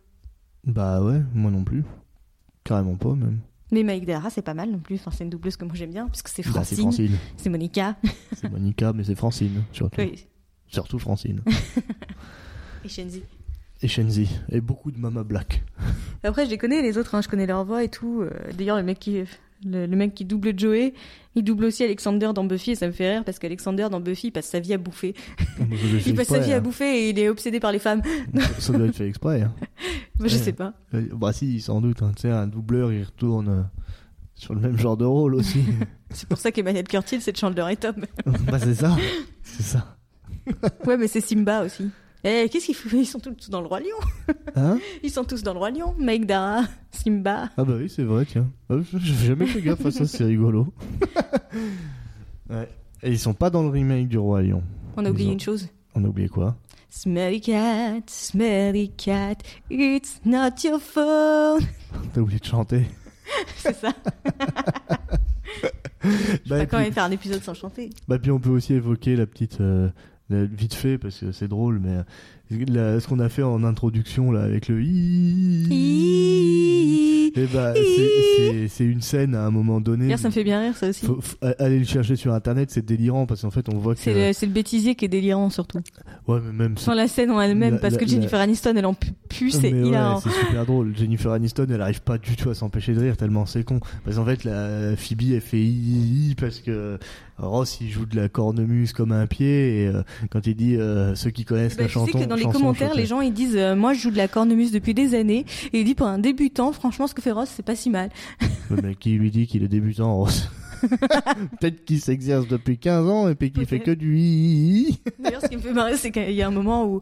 Bah ouais, moi non plus. Carrément pas même.
Mais Mike Dara, c'est pas mal non plus. Enfin, c'est une doubleuse que moi j'aime bien, puisque c'est
Bah, c'est
Francine,
Francine.
c'est Monica,
C'est Monica, mais c'est Francine surtout.
oui,
Surtout Francine.
et Shenzi.
Et Shenzi. Et beaucoup de Mama Black.
Après, je les connais les autres, hein, je connais leur voix et tout. Euh, D'ailleurs, le mec qui. Le, le mec qui double Joey, il double aussi Alexander dans Buffy et ça me fait rire parce qu'Alexander dans Buffy il passe sa vie à bouffer.
Moi, je le fais
Il passe sa
exprès,
vie à
hein.
bouffer et il est obsédé par les femmes.
Ça doit être fait exprès. hein.
Moi, je
Ouais.
sais pas.
Euh, Bah si, sans doute. hein. Tu sais, un doubleur, il retourne euh, sur le même genre de rôle aussi.
C'est pour ça qu'Emmanuel Curtil c'est Chandler et Tom.
bah c'est ça. C'est ça.
Ouais, mais c'est Simba aussi. Eh, qu'est-ce qu'ils font Ils sont tous dans le Roi Lion.
Hein
Ils sont tous dans le Roi Lion. Mike Dara, Simba.
Ah bah oui, c'est vrai, tiens. Euh, je- J'ai jamais fait gaffe à ça, c'est rigolo. ouais. Et ils sont pas dans le remake du Roi Lion.
On
Ils
a oublié
ont-
une chose.
On a oublié quoi
Smelly cat, smelly cat, it's not your phone.
T'as oublié de chanter.
C'est ça. On
Bah,
va
et
quand
puis-
même faire un épisode sans chanter.
Bah puis on peut aussi évoquer la petite euh, la- vite fait parce que c'est drôle mais euh, la- ce qu'on a fait en introduction là avec le i Et bah, c'est- c'est- c'est une scène à un moment donné.
D'ailleurs, ça me fait bien rire, ça aussi.
Faut- faut- aller le chercher sur internet, c'est délirant parce qu'en fait on voit que. euh,
C'est le, c'est le bêtisier qui est délirant, surtout.
Ouais, mais même
Sans la scène en elle-même,
La-
parce
la-
que Jennifer Aniston, elle en pu- pue, c'est
Mais ouais,
hilarant. Bah,
c'est super drôle. Jennifer Aniston, elle arrive pas du tout à s'empêcher de rire tellement c'est con. Parce qu'en fait, la Phoebe, elle fait hi, hi, hi parce que euh, Ross, il joue de la cornemuse comme un pied. Et euh, quand il dit euh, ceux qui connaissent
Bah,
la
tu sais
chanson,
que dans les
chanson,
commentaires,
chanson.
les gens ils disent euh, Moi je joue de la cornemuse depuis des années. Et il dit Pour un débutant, franchement, ce que fait Ross, c'est pas si mal.
Le mec qui lui dit qu'il est débutant, Ross. Peut-être qu'il s'exerce depuis 15 ans et puis qu'il fait que du hi, hi, hi.
D'ailleurs, ce qui me fait marrer, c'est qu'il y a un moment où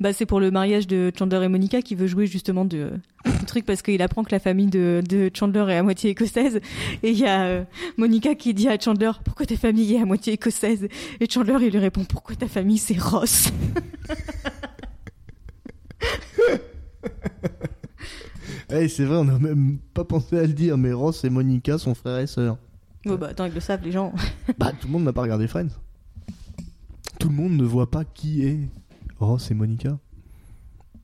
bah, c'est pour le mariage de Chandler et Monica qui veut jouer justement de, du truc parce qu'il apprend que la famille de, de Chandler est à moitié écossaise. Et il y a euh, Monica qui dit à Chandler Pourquoi ta famille est à moitié écossaise Et Chandler il lui répond Pourquoi ta famille c'est Ross
Eh, c'est vrai, on n'a même pas pensé à le dire, mais Ross et Monica sont frères et sœurs.
Bon, bah attends, ils le savent les gens.
Bah, tout le monde n'a pas regardé Friends. Tout le monde ne voit pas qui est Ross et Monica. Bah,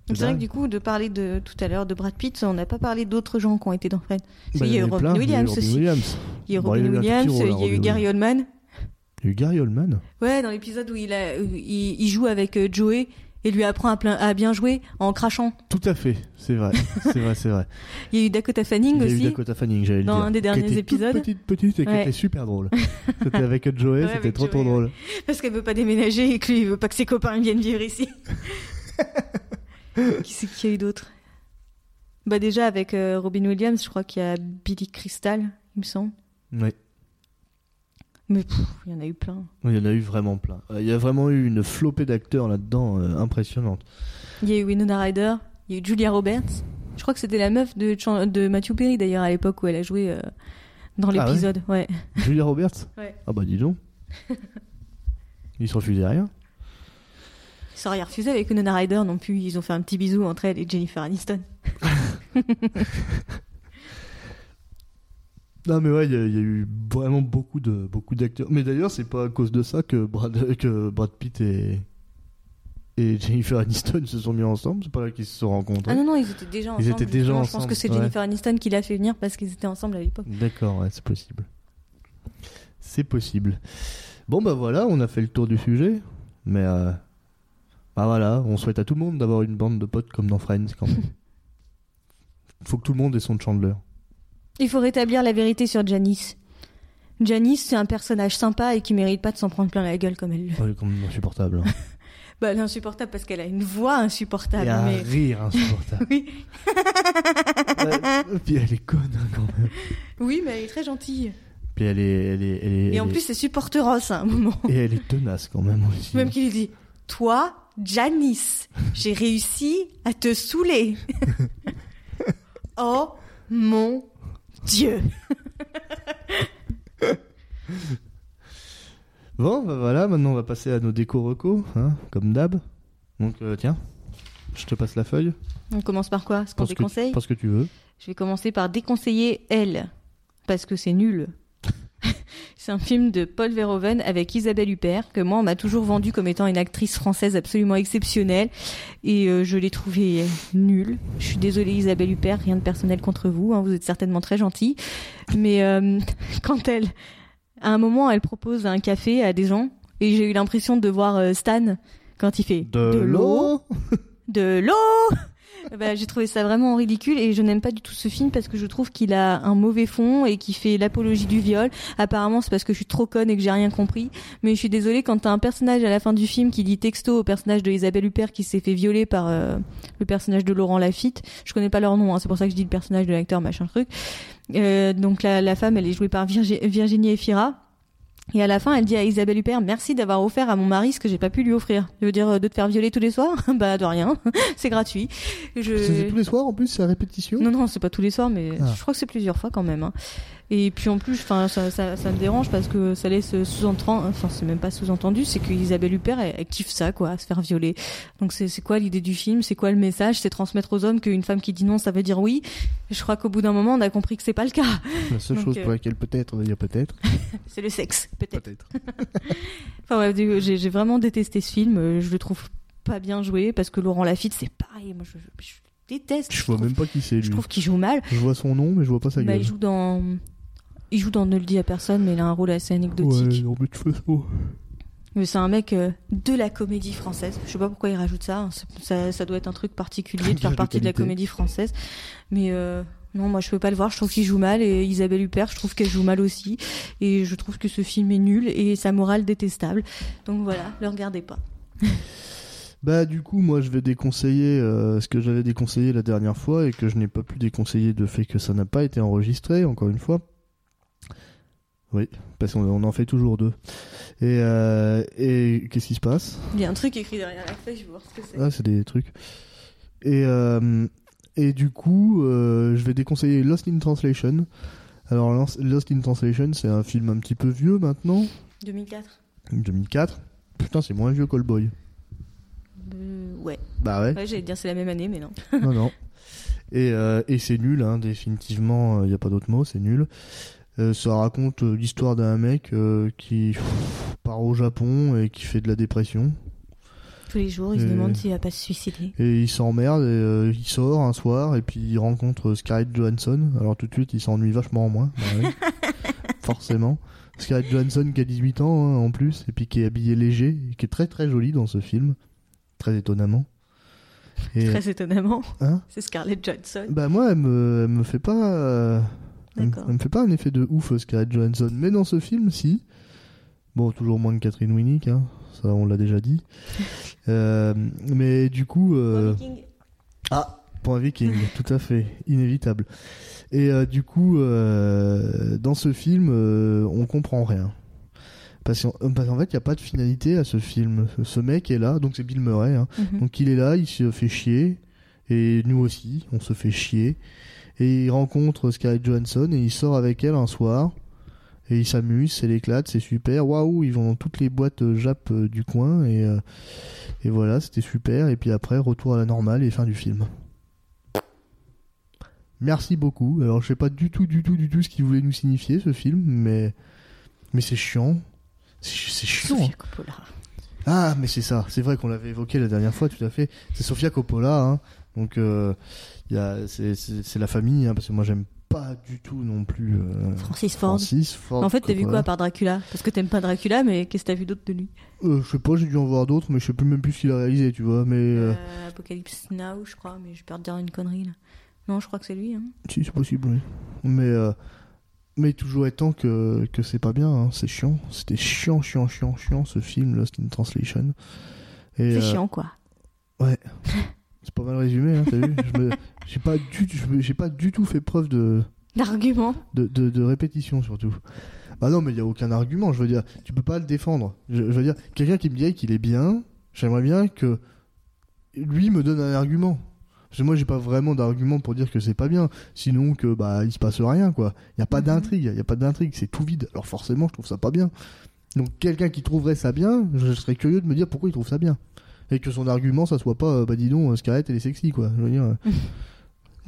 C'est vrai
dingue.
que du coup, de parler de tout à l'heure de Brad Pitt, on n'a pas parlé d'autres gens qui ont été dans Friends.
Bah,
il y a eu
en
Robin
plein. Il y a eu
Williams
Robin
aussi.
Williams.
Il y a eu
Bon,
Robin
il a eu un petit
Williams,
rôle, là,
il y a eu
Robin
Gary Oldman.
Il y a eu Gary Oldman.
Ouais, dans l'épisode où il, a, où il, il joue avec euh, Joey et lui apprend à, plein, à bien jouer en crachant.
Tout à fait, c'est vrai, c'est vrai, c'est vrai.
Il y a eu Dakota Fanning
Il y a eu
aussi.
Dakota Fanning, j'allais le
Dans
dire.
un des
qui
derniers
était toute
épisodes.
Petite, petite, et qui
Ouais.
était super drôle. C'était avec Joey,
Ouais,
c'était
avec
trop trop
Joey,
drôle.
Parce qu'elle veut pas déménager et que lui, il veut pas que ses copains viennent vivre ici. qui c'est qu'il y a eu d'autre Bah, déjà, avec euh, Robin Williams, je crois qu'il y a Billy Crystal, il me semble.
Ouais.
Mais pff, il y en a eu plein.
Il y en a eu vraiment plein. Euh, Il y a vraiment eu une flopée d'acteurs là-dedans euh, impressionnante.
Il y a eu Winona Ryder, il y a eu Julia Roberts. Je crois que c'était la meuf de, Chan- de Matthew Perry d'ailleurs à l'époque où elle a joué euh, dans
Ah ouais
l'épisode. ouais.
Julia Roberts
Ouais.
Ah bah dis donc. Ils se refusaient rien.
Ça aurait refusé avec Winona Ryder non plus. Ils ont fait un petit bisou entre elle et Jennifer Aniston.
Non mais ouais, il y, a- il y a eu vraiment beaucoup de beaucoup d'acteurs. Mais d'ailleurs, c'est pas à cause de ça que Brad que Brad Pitt et et Jennifer Aniston se sont mis ensemble. C'est pas là qu'ils se sont rencontrés.
Ah non, non, ils étaient déjà ensemble.
Ils étaient déjà
justement. Je pense
ensemble,
que c'est
ouais.
Jennifer Aniston qui l'a fait venir parce qu'ils étaient ensemble à l'époque.
D'accord, ouais, c'est possible. C'est possible. Bon bah voilà, on a fait le tour du sujet. Mais euh, bah voilà, on souhaite à tout le monde d'avoir une bande de potes comme dans Friends quand même. Faut que tout le monde ait son Chandler.
Il faut rétablir la vérité sur Janice. Janice, c'est un personnage sympa et qui mérite pas de s'en prendre plein la gueule comme elle le.
Ouais, comme insupportable. hein.
Bah, elle est insupportable parce qu'elle a une voix insupportable.
Et un
mais...
rire insupportable.
Oui.
Ouais, Puis elle est conne hein, quand même.
oui, mais elle est très gentille.
Puis elle est, elle est, elle est-
Et en
elle est-
plus, elle supporte Ross à un moment.
et elle est tenace quand même aussi.
Même qu'il lui dit Toi, Janice, j'ai réussi à te saouler. oh mon Dieu
Bon, bah voilà, maintenant on va passer à nos décos recos, hein, comme d'hab. Donc euh, tiens, je te passe la feuille.
On commence par quoi Ce qu'on
Parce que,
déconseille
parce que tu veux.
Je vais commencer par déconseiller Elle, parce que c'est nul. c'est un film de Paul Verhoeven avec Isabelle Huppert, que moi, on m'a toujours vendu comme étant une actrice française absolument exceptionnelle. Et euh, je l'ai trouvée euh, nulle. Je suis désolée, Isabelle Huppert, rien de personnel contre vous. hein, vous êtes certainement très gentille. Mais euh, quand elle, à un moment, elle propose un café à des gens, et j'ai eu l'impression de voir euh, Stan quand il fait de l'eau Bah, J'ai trouvé ça vraiment ridicule et je n'aime pas du tout ce film parce que je trouve qu'il a un mauvais fond et qu'il fait l'apologie du viol. Apparemment, c'est parce que je suis trop conne et que j'ai rien compris. Mais je suis désolée quand t'as un personnage à la fin du film qui dit texto au personnage de Isabelle Huppert qui s'est fait violer par euh, le personnage de Laurent Lafitte. Je connais pas leur nom, hein, c'est pour ça que je dis le personnage de l'acteur, machin truc. Euh, donc la, la femme, elle est jouée par Virgi- Virginie Efira. Et à la fin, elle dit à Isabelle Huppert, merci d'avoir offert à mon mari ce que j'ai pas pu lui offrir. Je veux dire, euh, de te faire violer tous les soirs Bah, de rien. c'est gratuit.
C'est
Je...
tous les soirs en plus, c'est à répétition.
Non, non, c'est pas tous les soirs, mais
Ah.
je crois que c'est plusieurs fois quand même. hein. Et puis en plus, enfin, ça, ça, ça me dérange parce que ça laisse sous-entendu, enfin, c'est même pas sous-entendu, c'est qu'Isabelle Huppert, elle, elle kiffe ça, quoi, se faire violer. Donc c'est c'est quoi l'idée du film C'est quoi le message C'est transmettre aux hommes qu'une femme qui dit non, ça veut dire oui. Je crois qu'au bout d'un moment, on a compris que c'est pas le cas.
La seule
Donc,
chose pour
euh,
laquelle peut-être, il y a peut-être.
C'est le sexe, peut-être.
Peut-être.
Enfin bref, du- j'ai j'ai vraiment détesté ce film. euh, Je le trouve pas bien joué parce que Laurent Lafitte, c'est pareil. Moi, je, je- je déteste.
Je vois
trouve.
même pas qui c'est
Je
lui.
trouve qu'il joue mal.
Je vois son nom, mais je vois pas sa
Bah,
gueule.
il joue dans. Il joue dans Ne le dis à personne, mais il a un rôle assez anecdotique.
ouais, non, mais de toute façon.
Mais c'est un mec euh, de la comédie française. Je sais pas pourquoi il rajoute ça. hein. C'est- Ça, ça doit être un truc particulier de
Gage
faire
de
partie de la
qualité.
comédie française. Mais euh, non, moi je peux pas le voir. Je trouve qu'il joue mal. Et Isabelle Huppert, je trouve qu'elle joue mal aussi. Et je trouve que ce film est nul et sa morale détestable. Donc voilà, le regardez pas.
Bah du coup moi je vais déconseiller euh, ce que j'avais déconseillé la dernière fois et que je n'ai pas pu déconseiller de fait que ça n'a pas été enregistré encore une fois. Oui, parce qu'on on en fait toujours deux. Et, euh, et qu'est-ce qui se passe
Il y a un truc écrit derrière la feuille, je vais voir ce que c'est.
Ah c'est des trucs. Et, euh, et du coup euh, je vais déconseiller Lost in Translation. Alors Lost- Lost in Translation c'est un film un petit peu vieux maintenant,
2004.
2004. Putain c'est moins vieux qu'Allboy.
Euh, ouais,
Bah ouais.
ouais j'allais dire c'est la même année, mais non.
non, non. Et, euh, et c'est nul, hein, définitivement, il n'y a pas d'autre mot, c'est nul. Euh, ça raconte euh, l'histoire d'un mec euh, qui pff, part au Japon et qui fait de la dépression.
Tous les jours, il se
Euh.
demande s'il va pas se suicider.
Et il s'emmerde, et euh, il sort un soir, et puis il rencontre euh, Scarlett Johansson. Alors tout de suite, il s'ennuie vachement moins, bah oui. forcément. Scarlett Johansson qui a 18 ans hein, en plus, et puis qui est habillée léger, et qui est très très jolie dans ce film, très étonnamment. Et,
Très étonnamment,
hein
c'est Scarlett Johansson.
Bah moi, elle me, elle me fait pas. euh, elle, me-
D'accord.
elle me fait pas un effet de ouf, euh, Scarlett Johansson. Mais dans ce film, si. Bon, toujours moins que Catherine Winnick, hein. ça on l'a déjà dit. Euh, mais du coup. euh, ah, point viking, tout à fait, inévitable. Et euh, du coup, euh, dans ce film, euh, on comprend rien. Parce qu'en euh, parce qu'en fait, il n'y a pas de finalité à ce film. Ce- Ce mec est là, donc c'est Bill Murray. hein.
Mhm.
Donc il est là, il se fait chier, et nous aussi, on se fait chier. Et il rencontre Scarlett Johansson et il sort avec elle un soir. Et il s'amuse, c'est l'éclate, c'est super. Waouh, ils vont dans toutes les boîtes euh, Jap euh, du coin. Et, euh, et voilà, c'était super. Et puis après, retour à la normale et fin du film. Merci beaucoup. Alors, je sais pas du tout, du tout, du tout ce qu'il voulait nous signifier ce film, mais, mais c'est chiant. C'est ch- c'est chiant. hein.
Sofia Coppola.
Ah, mais c'est ça. C'est vrai qu'on l'avait évoqué la dernière fois, tout à fait. C'est Sofia Coppola. Hein. Donc, euh, il y a- c'est- c'est c'est la famille, hein, parce que moi, j'aime pas du tout non plus euh,
Francis Ford.
Francis Ford.
en fait, t'as vu quoi
Coppola.
à part Dracula Parce que t'aimes pas Dracula, mais qu'est-ce que t'as vu d'autre de lui
Euh, Je sais pas, j'ai dû en voir d'autres, mais je sais plus même plus ce qu'il a réalisé, tu vois. Mais euh,
Euh, Apocalypse Now, je crois, mais je peux dire une connerie là. Non, je crois que c'est lui. Hein.
si, c'est possible, oui. Mais, euh, mais toujours étant que, que c'est pas bien, hein, c'est chiant. C'était chiant, chiant, chiant, chiant, ce film, Lost in Translation. Et,
C'est
euh,
chiant quoi.
C'est pas mal résumé, hein, t'as vu Je me- J'ai pas, du- je me- j'ai pas du tout fait preuve de...
L'argument
de, de, de répétition surtout. Bah non, mais il n'y a aucun argument, je veux dire, tu peux pas le défendre. Je, je veux dire, quelqu'un qui me dit qu'il est bien, j'aimerais bien que lui me donne un argument. Parce que moi, j'ai pas vraiment d'argument pour dire que c'est pas bien. Sinon, que bah, il se passe rien, quoi. Il n'y a pas
Mhm.
d'intrigue, il n'y a pas d'intrigue, c'est tout vide. Alors forcément, je trouve ça pas bien. Donc, quelqu'un qui trouverait ça bien, je serais curieux de me dire pourquoi il trouve ça bien. Et que son argument, ça soit pas, euh, bah dis donc, euh, Scarlett, elle est sexy, quoi. Je veux dire, euh,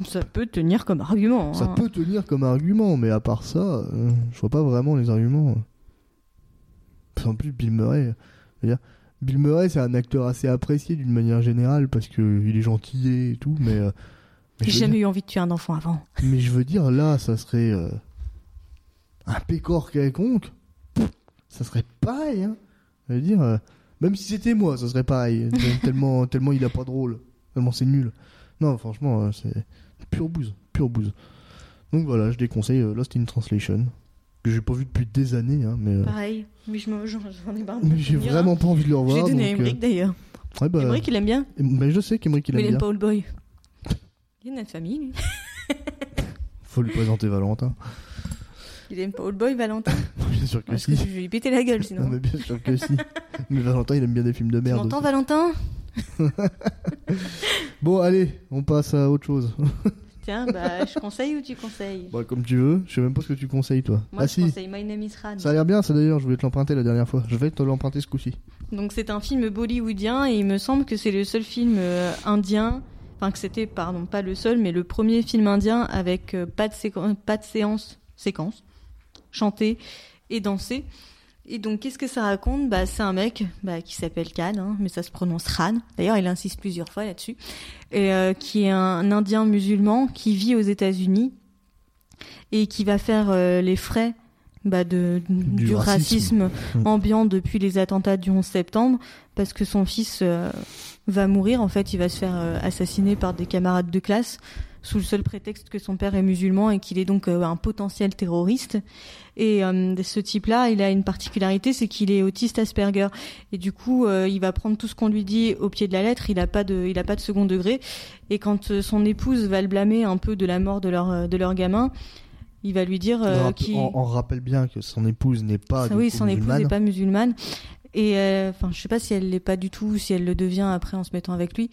Ça peut tenir comme argument.
ça
hein.
peut tenir comme argument, mais à part ça, euh, je vois pas vraiment les arguments. Puis En plus, Bill Murray, je veux dire, Bill Murray, c'est un acteur assez apprécié d'une manière générale parce que il est gentil et tout, mais euh, mais
J'ai
je, veux
jamais
dire,
eu envie de tuer un enfant avant.
mais je veux dire, là, ça serait euh, un pécor quelconque, Pouf, ça serait pareil. Hein. Je veux dire, euh, même si c'était moi, ça serait pareil. tellement, tellement il a pas de rôle, tellement c'est nul. Non, franchement, euh, c'est pure bouse, pure bouse. Donc voilà, je déconseille euh, Lost in Translation, que j'ai pas vu depuis des années, hein, mais, euh,
Pareil, mais je me- j'en j'en ai marre de
mais
me
j'ai
souvenir,
vraiment pas envie de le
hein. Je l'ai
revoir.
donné
donc,
à
euh,
Emmerich d'ailleurs.
ouais, bah,
Emmerich, il aime bien.
mais je sais qu'Emeric il
mais il
aime bien.
aime pas Old Boy. Il aime de famille, lui.
Faut lui présenter Valentin.
Il aime pas Old Boy, Valentin.
bien sûr que
Parce que je
Ah, si.
vais lui péter la gueule
Non,
sinon.
mais bien sûr que si. Mais Valentin il aime bien des films de
Tu
merde.
m'entends,
aussi.
Valentin
Bon allez, on passe à autre chose.
Tiens, bah, je conseille ou tu conseilles
Bah, comme tu veux, je sais même pas ce que tu conseilles toi.
Moi,
ah
je
si,
conseille My Name is Ran.
ça a l'air bien ça d'ailleurs, je voulais te l'emprunter la dernière fois. Je vais te l'emprunter ce coup-ci.
Donc c'est un film bollywoodien et il me semble que c'est le seul film euh, indien, enfin que c'était, pardon, pas le seul, mais le premier film indien avec euh, pas, de séquen- pas de séance, séquence, chantée et dansée. Et donc, qu'est-ce que ça raconte bah, C'est un mec bah, qui s'appelle Khan, hein, mais ça se prononce Ran. D'ailleurs, il insiste plusieurs fois là-dessus. Et euh, qui est un Indien musulman qui vit aux États-Unis et qui va faire euh, les frais bah, de,
Du
du, racisme, ambiant depuis les attentats du 11 septembre parce que son fils euh, va mourir. En fait, il va se faire euh, assassiner par des camarades de classe sous le seul prétexte que son père est musulman et qu'il est donc euh, un potentiel terroriste. Et euh, ce type-là, il a une particularité, c'est qu'il est autiste Asperger. Et du coup, euh, il va prendre tout ce qu'on lui dit au pied de la lettre. Il n'a pas de, il a pas de second degré. Et quand euh, son épouse va le blâmer un peu de la mort de leur, euh, de leur gamin, il va lui dire euh,
on, rapp-
qu'il-
on- on rappelle bien que son épouse n'est pas.
ça,
du
oui,
coup,
son épouse
musulmane.
n'est pas musulmane. Et euh, enfin, je sais pas si elle l'est pas du tout, ou si elle le devient après en se mettant avec lui.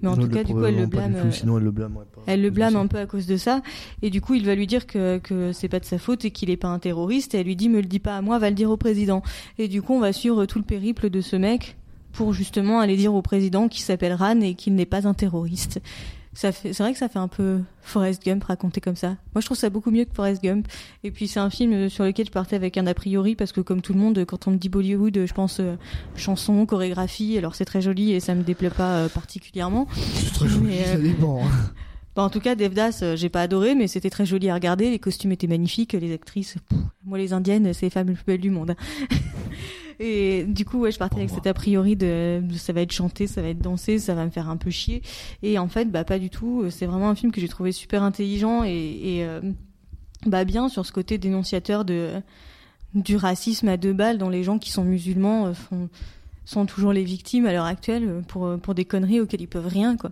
Mais en
Non,
tout cas, du coup, elle
probablement
le
pas
blâme.
du tout,
euh,
sinon, elle le blâme. ouais, pas-
elle le
pas
blâme
du
un peu à cause de ça, et du coup il va lui dire que, que c'est pas de sa faute et qu'il est pas un terroriste, et elle lui dit me le dis pas à moi, va le dire au président. Et du coup on va suivre tout le périple de ce mec pour justement aller dire au président qu'il s'appelle Ran et qu'il n'est pas un terroriste. Ça fait, c'est vrai que ça fait un peu Forrest Gump raconté comme ça. Moi je trouve ça beaucoup mieux que Forrest Gump. Et puis c'est un film sur lequel je partais avec un a priori parce que comme tout le monde, quand on me dit Bollywood, je pense euh, chanson, chorégraphie. Alors c'est très joli et ça me déplaît pas euh, particulièrement.
ça. C'est très joli,
Mais, euh,
ça dépend.
Bah, en tout cas, Devdas, euh, j'ai pas adoré, mais c'était très joli à regarder. Les costumes étaient magnifiques, les actrices. pff, moi, les indiennes, c'est les femmes les plus belles du monde. hein. Et du coup, ouais, je partais
Pour
avec
moi.
cet a priori de ça va être chanté, ça va être dansé, ça va me faire un peu chier. Et en fait, bah pas du tout. C'est vraiment un film que j'ai trouvé super intelligent et, et, euh, bah bien sur ce côté dénonciateur de du racisme à deux balles dont les gens qui sont musulmans euh, font- sont toujours les victimes à l'heure actuelle euh, pour pour des conneries auxquelles ils peuvent rien quoi.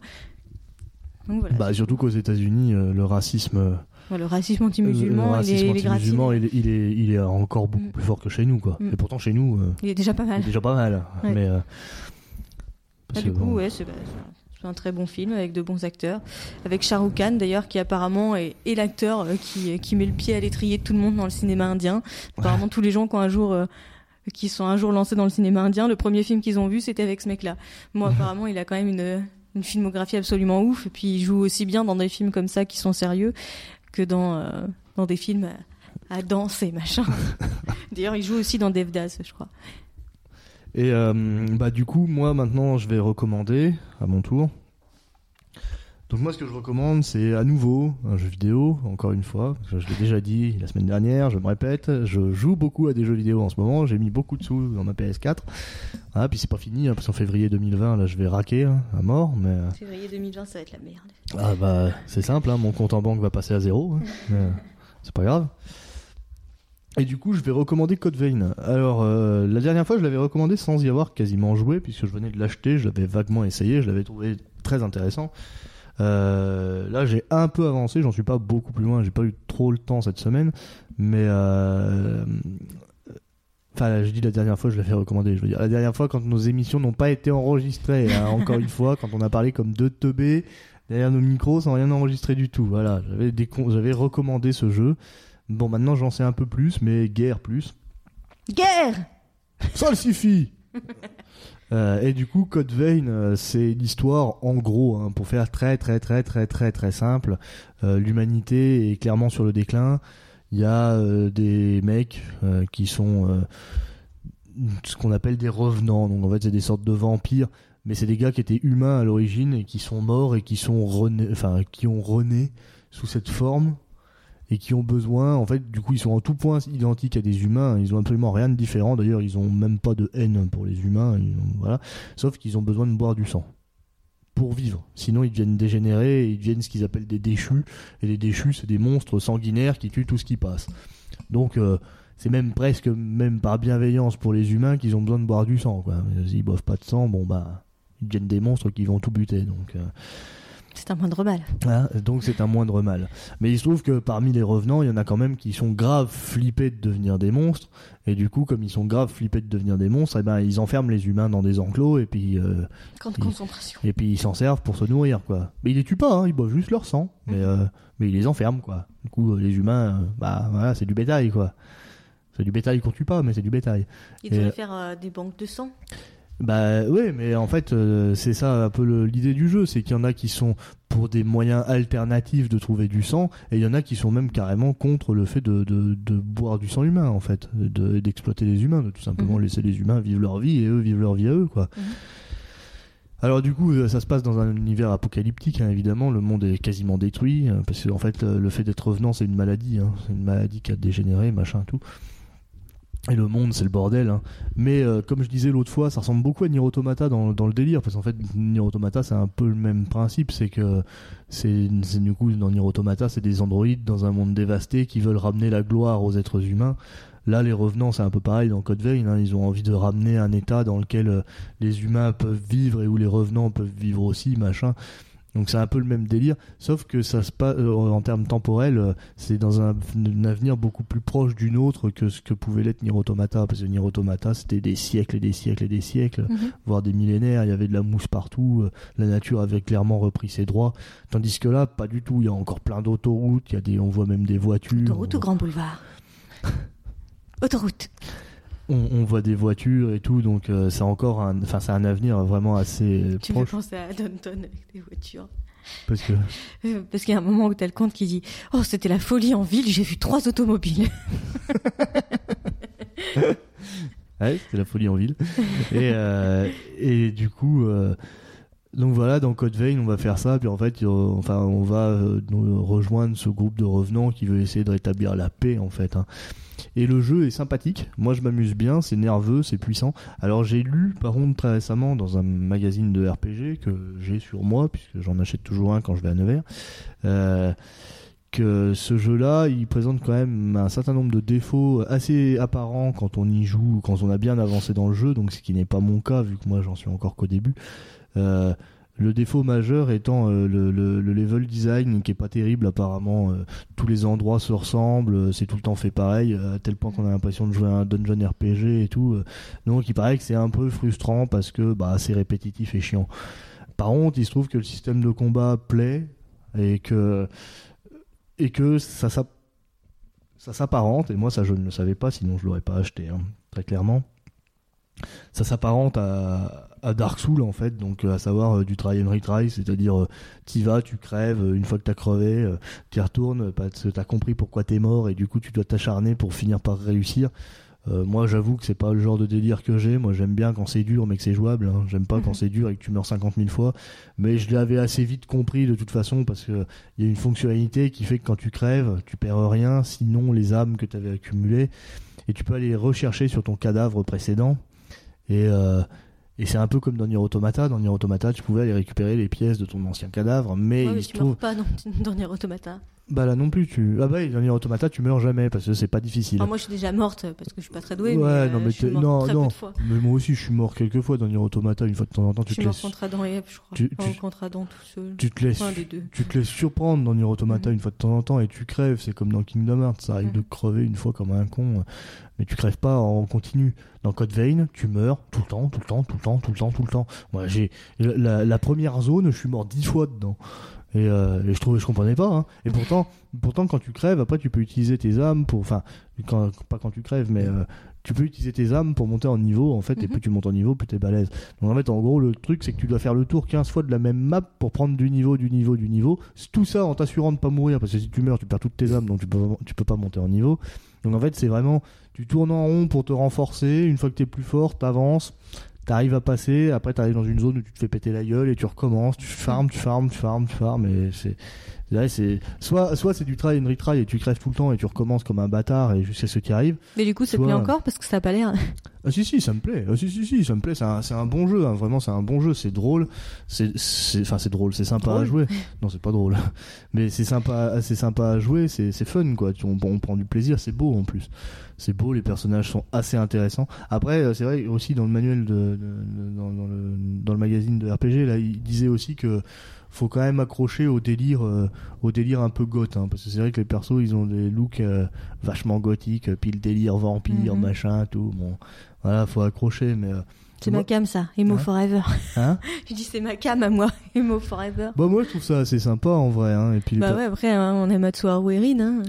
Donc voilà.
Bah, surtout qu'aux États-Unis, euh, le racisme. euh,
Ouais, le racisme
Le- le
anti-musulman, il, est-
racisme
il est gratuit.
anti-musulman, il, est- il est, il est encore beaucoup
Mm.
plus fort que chez nous, quoi.
Mm.
Et pourtant, chez nous, euh,
Il est déjà pas
c'est
mal.
déjà pas mal.
Ouais.
Mais, euh,
Ah,
parce
du
que,
coup,
bon,
ouais, c'est bah, c'est un- c'est un très bon film avec de bons acteurs. Avec Shah Rukh Khan, d'ailleurs, qui apparemment est, est l'acteur euh, qui, qui met le pied à l'étrier de tout le monde dans le cinéma indien. Apparemment, tous les gens qui ont un jour. euh, qui sont un jour lancés dans le cinéma indien. Le premier film qu'ils ont vu, c'était avec ce mec-là. Moi, apparemment, il a quand même une, une filmographie absolument ouf. Et puis, il joue aussi bien dans des films comme ça qui sont sérieux que dans, euh, dans des films à, à danser, machin. D'ailleurs, il joue aussi dans Devdas, je crois.
Et euh, bah, du coup, moi, maintenant, je vais recommander à mon tour. Donc, moi, ce que je recommande, c'est à nouveau un jeu vidéo, encore une fois. parce que Je l'ai déjà dit la semaine dernière, je me répète. Je joue beaucoup à des jeux vidéo en ce moment. J'ai mis beaucoup de sous dans ma PS4. Ah, puis c'est pas fini, hein, parce qu'en février 2020, là, je vais raquer hein, à mort. Mais. euh,
Février 2020, ça va être la merde.
Ah bah c'est simple, hein, mon compte en banque va passer à zéro, hein, mais c'est pas grave. Et du coup, je vais recommander Code Vein. Alors, euh, la dernière fois, je l'avais recommandé sans y avoir quasiment joué, puisque je venais de l'acheter, je l'avais vaguement essayé, je l'avais trouvé très intéressant. Euh, là, j'ai un peu avancé, j'en suis pas beaucoup plus loin, j'ai pas eu trop le temps cette semaine, mais. euh, Enfin, je dis la dernière fois, je l'avais recommandé. Je veux dire, la dernière fois, quand nos émissions n'ont pas été enregistrées, hein, encore une fois, quand on a parlé comme deux teubés, derrière nos micros sans rien enregistrer du tout. Voilà, j'avais décon- j'avais recommandé ce jeu. Bon, maintenant j'en sais un peu plus, mais guère plus.
Guerre
Ça le suffit Euh, et du coup, Code Vein, euh, c'est l'histoire, en gros, hein, pour faire très très très très très très simple, euh, l'humanité est clairement sur le déclin. Il y a euh, des mecs euh, qui sont euh, ce qu'on appelle des revenants. Donc en fait, c'est des sortes de vampires, mais c'est des gars qui étaient humains à l'origine et qui sont morts et qui sont rené, enfin qui ont rené sous cette forme et qui ont besoin. En fait, du coup, ils sont en tout point identiques à des humains. hein. Ils ont absolument rien de différent. D'ailleurs, ils ont même pas de haine pour les humains. Ils ont- voilà, sauf qu'ils ont besoin de boire du sang pour vivre. Sinon, ils deviennent dégénérés. Et ils deviennent ce qu'ils appellent des déchus. Et les déchus, c'est des monstres sanguinaires qui tuent tout ce qui passe. Donc euh, c'est même presque, même par bienveillance pour les humains, qu'ils ont besoin de boire du sang. Quoi. S'ils boivent pas de sang, bon bah, ils deviennent des monstres qui vont tout buter. Donc, euh,
C'est un moindre mal.
Hein, donc c'est un moindre mal. Mais il se trouve que parmi les revenants, il y en a quand même qui sont graves flippés de devenir des monstres. Et du coup, comme ils sont graves flippés de devenir des monstres, eh ben, ils enferment les humains dans des enclos et puis, euh,
Camp de
Il-
concentration.
et puis ils s'en servent pour se nourrir. quoi. Mais ils les tuent pas, hein, ils boivent juste leur sang. Mais, euh, mais ils les enferment. quoi. Du coup, euh, les humains, euh, bah voilà, c'est du bétail. quoi. C'est du bétail qu'on tue pas, mais c'est du bétail.
Ils devraient
Et-
faire euh, des euh, banques de sang.
Bah ouais, mais en fait, euh, c'est ça un peu le- l'idée du jeu, c'est qu'il y en a qui sont pour des moyens alternatifs de trouver du sang, et il y en a qui sont même carrément contre le fait de, de- de boire du sang humain, en fait, de- d'exploiter les humains, de tout simplement
Mhm.
laisser les humains vivre leur vie et eux vivre leur vie à eux, quoi.
Mhm.
Alors du coup, euh, ça se passe dans un univers apocalyptique, hein, évidemment, le monde est quasiment détruit, euh, parce que en fait, euh, le fait d'être revenant, c'est une maladie, hein, c'est une maladie qui a dégénéré, machin, tout. Et le monde, c'est le bordel. hein. Mais euh, comme je disais l'autre fois, ça ressemble beaucoup à Nier Automata dans, dans le délire, parce qu'en fait, Nier Automata, c'est un peu le même principe, c'est que c'est c'est du coup dans Nier Automata, c'est des androïdes dans un monde dévasté qui veulent ramener la gloire aux êtres humains. Là, les revenants, c'est un peu pareil dans Code Vein. hein, ils ont envie de ramener un état dans lequel euh, les humains peuvent vivre et où les revenants peuvent vivre aussi, machin. Donc c'est un peu le même délire, sauf que ça se passe euh, en termes temporels, euh, c'est dans un, un avenir beaucoup plus proche d'une autre que ce que pouvait l'être Nier Automata, parce que Nier Automata c'était des siècles et des siècles et des siècles,
Mhm.
voire des millénaires, il y avait de la mousse partout, euh, la nature avait clairement repris ses droits, tandis que là pas du tout, il y a encore plein d'autoroutes, il y a des, on voit même des voitures,
Autoroute ou grand boulevard Autoroute.
on, on voit des voitures et tout, donc euh, c'est encore un, enfin c'est un avenir vraiment assez euh,
Tu me fais
proche,
penser à Downton avec des voitures.
parce que
Euh, Parce qu'il y a un moment où t'as le compte qui dit Oh, c'était la folie en ville, j'ai vu trois automobiles.
Ouais, c'était la folie en ville. et, euh, et du coup, euh, donc voilà, dans Code Vein, on va faire ça. Puis en fait, euh, enfin, on va euh, nous rejoindre ce groupe de revenants qui veut essayer de rétablir la paix, en fait. hein. Et le jeu est sympathique. Moi, je m'amuse bien. C'est nerveux, c'est puissant. Alors, j'ai lu, par contre, très récemment, dans un magazine de RPG que j'ai sur moi, puisque j'en achète toujours un quand je vais à Nevers. Euh, que ce jeu-là, il présente quand même un certain nombre de défauts assez apparents quand on y joue, quand on a bien avancé dans le jeu, donc ce qui n'est pas mon cas vu que moi j'en suis encore qu'au début. Euh, le défaut majeur étant euh, le, le- le level design qui est pas terrible apparemment. euh, tous les endroits se ressemblent, euh, c'est tout le temps fait pareil, euh, à tel point qu'on a l'impression de jouer à un dungeon RPG et tout. euh. donc il paraît que c'est un peu frustrant parce que bah, c'est répétitif et chiant. Par contre, il se trouve que le système de combat plaît et que et que ça, s'app- ça s'apparente, et moi ça je ne le savais pas, sinon je l'aurais pas acheté, hein, très clairement. Ça s'apparente à, à Dark Souls en fait, donc euh, à savoir euh, du try and retry, c'est-à-dire euh, t'y vas, tu crèves, euh, une fois que t'as crevé, euh, t'y retournes, parce que t'as compris pourquoi t'es mort et du coup tu dois t'acharner pour finir par réussir. Euh, moi j'avoue que c'est pas le genre de délire que j'ai, moi j'aime bien quand c'est dur mais que c'est jouable, hein. j'aime pas quand
Mhm.
c'est dur et que tu meurs 50 000 fois, mais je l'avais assez vite compris de toute façon parce que il y a une fonctionnalité qui fait que quand tu crèves, tu perds rien, sinon les âmes que tu avais accumulées, et tu peux aller les rechercher sur ton cadavre précédent. Et, euh, et c'est un peu comme dans Nier Automata. Dans Nier Automata, tu pouvais aller récupérer les pièces de ton ancien cadavre, mais
Ouais, mais
il se
tu
trouve.
meurs pas dans Dernier Automata.
Bah là non plus, tu. Ah bah, dans Nier Automata, tu meurs jamais parce que c'est pas difficile.
Alors Ah, moi, je suis déjà morte euh, parce que je suis pas très douée.
Ouais,
mais, euh,
non, mais
je suis
t'es-
morte
non,
très
non.
peu de fois.
Mais moi aussi, je suis mort quelques fois dans Nier Automata. Une fois de temps en temps,
Je
tu te
suis morte
laisses.
contre Adam et Ève, je crois.
Tu-
Enfin,
tu-
Contre Adam tout seul.
Tu te laisses
Enfin, les deux.
tu te laisses surprendre dans Nier Automata
Mhm.
une fois de temps en temps et tu crèves, c'est comme dans Kingdom Hearts, ça arrive de crever une fois comme un con, euh, mais tu crèves pas en continu. Dans Code Vein, tu meurs tout le temps, tout le temps, tout le temps, tout le temps, tout le temps. Moi, j'ai la, la première zone, je suis mort dix fois dedans. Et, euh, et je trouvais, je comprenais pas. hein. Et pourtant, pourtant, quand tu crèves, après, tu peux utiliser tes âmes pour, enfin, quand- pas quand tu crèves, mais euh, tu peux utiliser tes âmes pour monter en niveau, en fait. Et
Mhm.
plus tu montes en niveau, plus t'es balèze. Donc en fait, en gros, le truc, c'est que tu dois faire le tour 15 fois de la même map pour prendre du niveau, du niveau, du niveau. C'est Tout ça en t'assurant de pas mourir, parce que si tu meurs, tu perds toutes tes âmes, donc tu peux, vraiment- tu peux pas monter en niveau. Donc en fait, c'est vraiment, tu tournes en rond pour te renforcer. Une fois que t'es plus fort, t'avances, t'arrives à passer. Après, t'arrives dans une zone où tu te fais péter la gueule et tu recommences. Tu farmes, tu farmes, tu farmes, tu farmes. Et c'est, c'est vrai, c'est soit, soit c'est du try and retry et tu crèves tout le temps et tu recommences comme un bâtard et jusqu'à ce qui arrive.
Mais du coup, ça
Toi-
plaît encore parce que ça a pas l'air.
Ah si si ça me plaît, ah si si si ça me plaît, c'est un, c'est un bon jeu, hein. vraiment c'est un bon jeu, c'est drôle, c'est c'est- enfin c'est drôle, c'est sympa à
Drôle.
jouer. Non c'est pas drôle, mais c'est sympa, c'est sympa à jouer, c'est c'est fun quoi, Tu- on, on prend du plaisir, c'est beau en plus, c'est beau, les personnages sont assez intéressants. Après euh, c'est vrai aussi dans le manuel de, de- de- dans, dans le dans le magazine de RPG là il disait aussi que faut quand même accrocher au délire euh, au délire un peu goth hein, parce que c'est vrai que les persos ils ont des looks euh, vachement gothiques, puis le délire vampire
Mhm.
machin tout bon. Voilà, faut accrocher, mais. euh,
C'est
moi-
ma cam, ça. Emo
Hein
Forever.
Hein
Je dis, c'est ma cam à moi. Emo Forever.
Bah, moi, je trouve ça assez sympa en vrai. Hein. Et puis, les
Bah
per-
ouais, après, hein, on est Matsuharu Erin. Hein.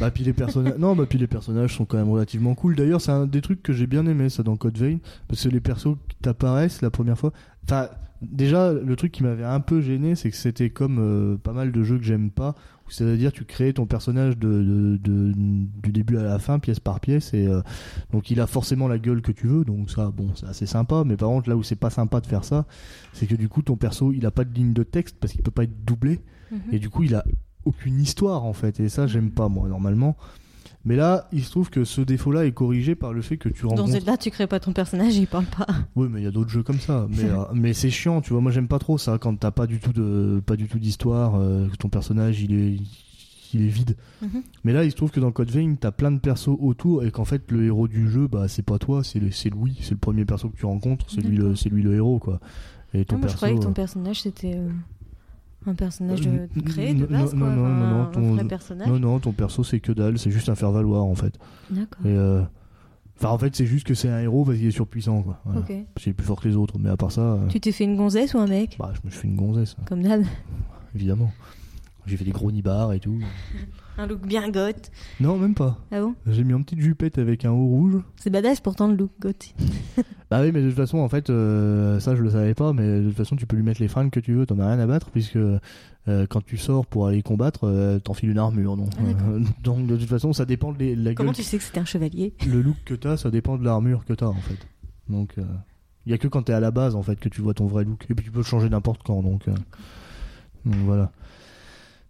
Bah puis les personnages, non, bah puis les personnages sont quand même relativement cool. D'ailleurs, c'est un des trucs que j'ai bien aimé ça dans Code Vein, parce que les persos qui t'apparaissent la première fois. Enfin, déjà le truc qui m'avait un peu gêné, c'est que c'était comme euh, pas mal de jeux que j'aime pas, où c'est-à-dire tu crées ton personnage de, de- de- du début à la fin, pièce par pièce, et euh, donc il a forcément la gueule que tu veux. Donc ça, bon, c'est assez sympa. Mais par contre, là où c'est pas sympa de faire ça, c'est que du coup ton perso, il a pas de ligne de texte parce qu'il peut pas être doublé. Et du coup, il a aucune histoire en fait. Et ça, j'aime pas moi normalement. Mais là, il se trouve que ce défaut-là est corrigé par le fait que tu
Dans
rencontres.
Zelda, tu crées pas ton personnage, il parle pas.
Oui, mais il y a d'autres jeux comme ça. Mais, euh, mais c'est chiant, tu vois. Moi, j'aime pas trop ça quand t'as pas du tout de pas du tout d'histoire, euh, que ton personnage il est il est vide.
Mhm.
Mais là, il se trouve que dans Code Vein, t'as plein de persos autour et qu'en fait, le héros du jeu, bah, c'est pas toi, c'est le- c'est Louis, c'est le premier perso que tu rencontres, c'est lui le
D'accord.
c'est lui le héros quoi. Et ton
Non, moi, je
perso,
croyais que ton
euh,
personnage c'était euh, un personnage de,
Euh,
de créé de
non,
base,
non,
quoi.
non,
enfin,
non, non,
un
ton-
vrai personnage.
non non, ton perso c'est que dalle, c'est juste un faire valoir en fait.
D'accord.
Et euh, enfin, en fait, c'est juste que c'est un héros parce qu'il est surpuissant quoi. Voilà.
Ok.
Parce qu'il est plus fort que les autres. Mais à part ça, euh,
Tu t'es fait une gonzesse ou un mec
bah, je me fais une gonzesse.
Comme d'hab.
évidemment. J'ai fait des gros nibards et tout.
Un look bien goth.
Non, même pas.
Ah bon
J'ai mis en petite jupette avec un haut rouge.
C'est badass pourtant le look goth.
Bah oui, mais de toute façon, en fait, euh, ça je le savais pas, mais de toute façon, tu peux lui mettre les fringues que tu veux, t'en as rien à battre, puisque euh, quand tu sors pour aller combattre, euh, t'enfiles une armure, non
Ah, d'accord.
Euh, Donc de toute façon, ça dépend de les- la
Comment
gueule.
tu sais que c'était un chevalier
Le look que t'as, ça dépend de l'armure que t'as, en fait. Donc il y a que quand t'es à la base, en fait, que tu vois ton vrai look. Et puis tu peux le changer n'importe quand, donc. euh, Donc voilà.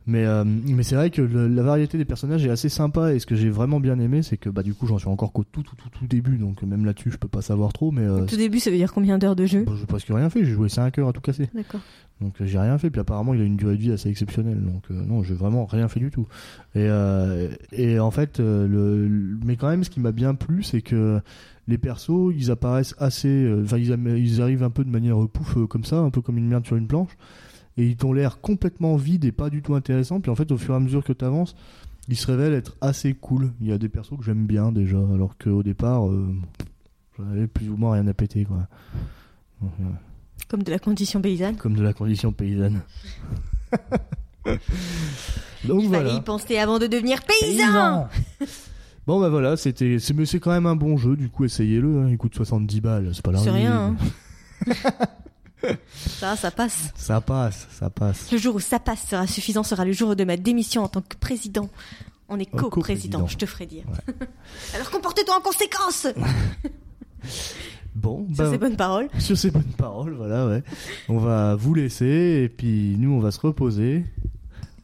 Mais, euh, mais c'est vrai que le- la variété des personnages est assez sympa et ce que j'ai vraiment bien aimé, c'est que bah, du coup j'en suis encore qu'au tout, tout, tout, tout début, donc même là-dessus je peux pas savoir trop, mais euh,
Au tout début, ça veut dire combien d'heures de jeu
bah, j'ai presque rien fait, j'ai joué 5 heures à tout casser,
D'accord.
donc euh, j'ai rien fait, puis apparemment il a une durée de vie assez exceptionnelle, donc euh, non, j'ai vraiment rien fait du tout. Et, euh, et en fait, euh, le, le- mais quand même ce qui m'a bien plu, c'est que les persos, ils apparaissent assez, euh, enfin ils, am- ils arrivent un peu de manière euh, pouf euh, comme ça, un peu comme une merde sur une planche et ils t'ont l'air complètement vide et pas du tout intéressant. Puis en fait, au fur et à mesure que tu avances, ils se révèlent être assez cool. Il y a des persos que j'aime bien déjà, alors qu'au départ, euh, j'en avais plus ou moins rien à péter, quoi. Donc, euh,
Comme de la condition paysanne.
Comme de la condition paysanne. Donc
il fallait
voilà.
y penser avant de devenir paysan,
Bon bah voilà, c'était, c'est, mais c'est quand même un bon jeu, du coup essayez-le. hein. Il coûte 70 balles, c'est pas la
C'est
ruine.
rien. euh, hein. ça, ça passe.
Ça passe, ça passe.
Le jour où ça passe sera suffisant sera le jour de ma démission en tant que président. On est
Euh,
co-président, Ah
co-président.
je te ferai dire. Alors comporte-toi en conséquence
Bon,
Sur
bah,
ces bonnes paroles.
Sur ces bonnes paroles, voilà, ouais. On va vous laisser et puis nous, on va se reposer.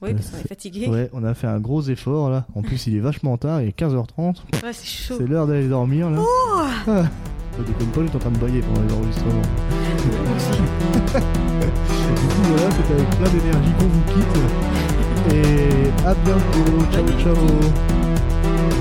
Oui, parce qu'on est fatigué. Ouais,
Ouais, on a fait un gros effort là. En plus, il est vachement tard, il est 15h30.
c'est chaud.
C'est l'heure d'aller dormir là. Ah, ça déconne pas, il est en train de bailler pendant les enregistrements. Du coup, voilà, c'est avec plein d'énergie qu'on vous quitte. Et à bientôt. Ciao, ciao.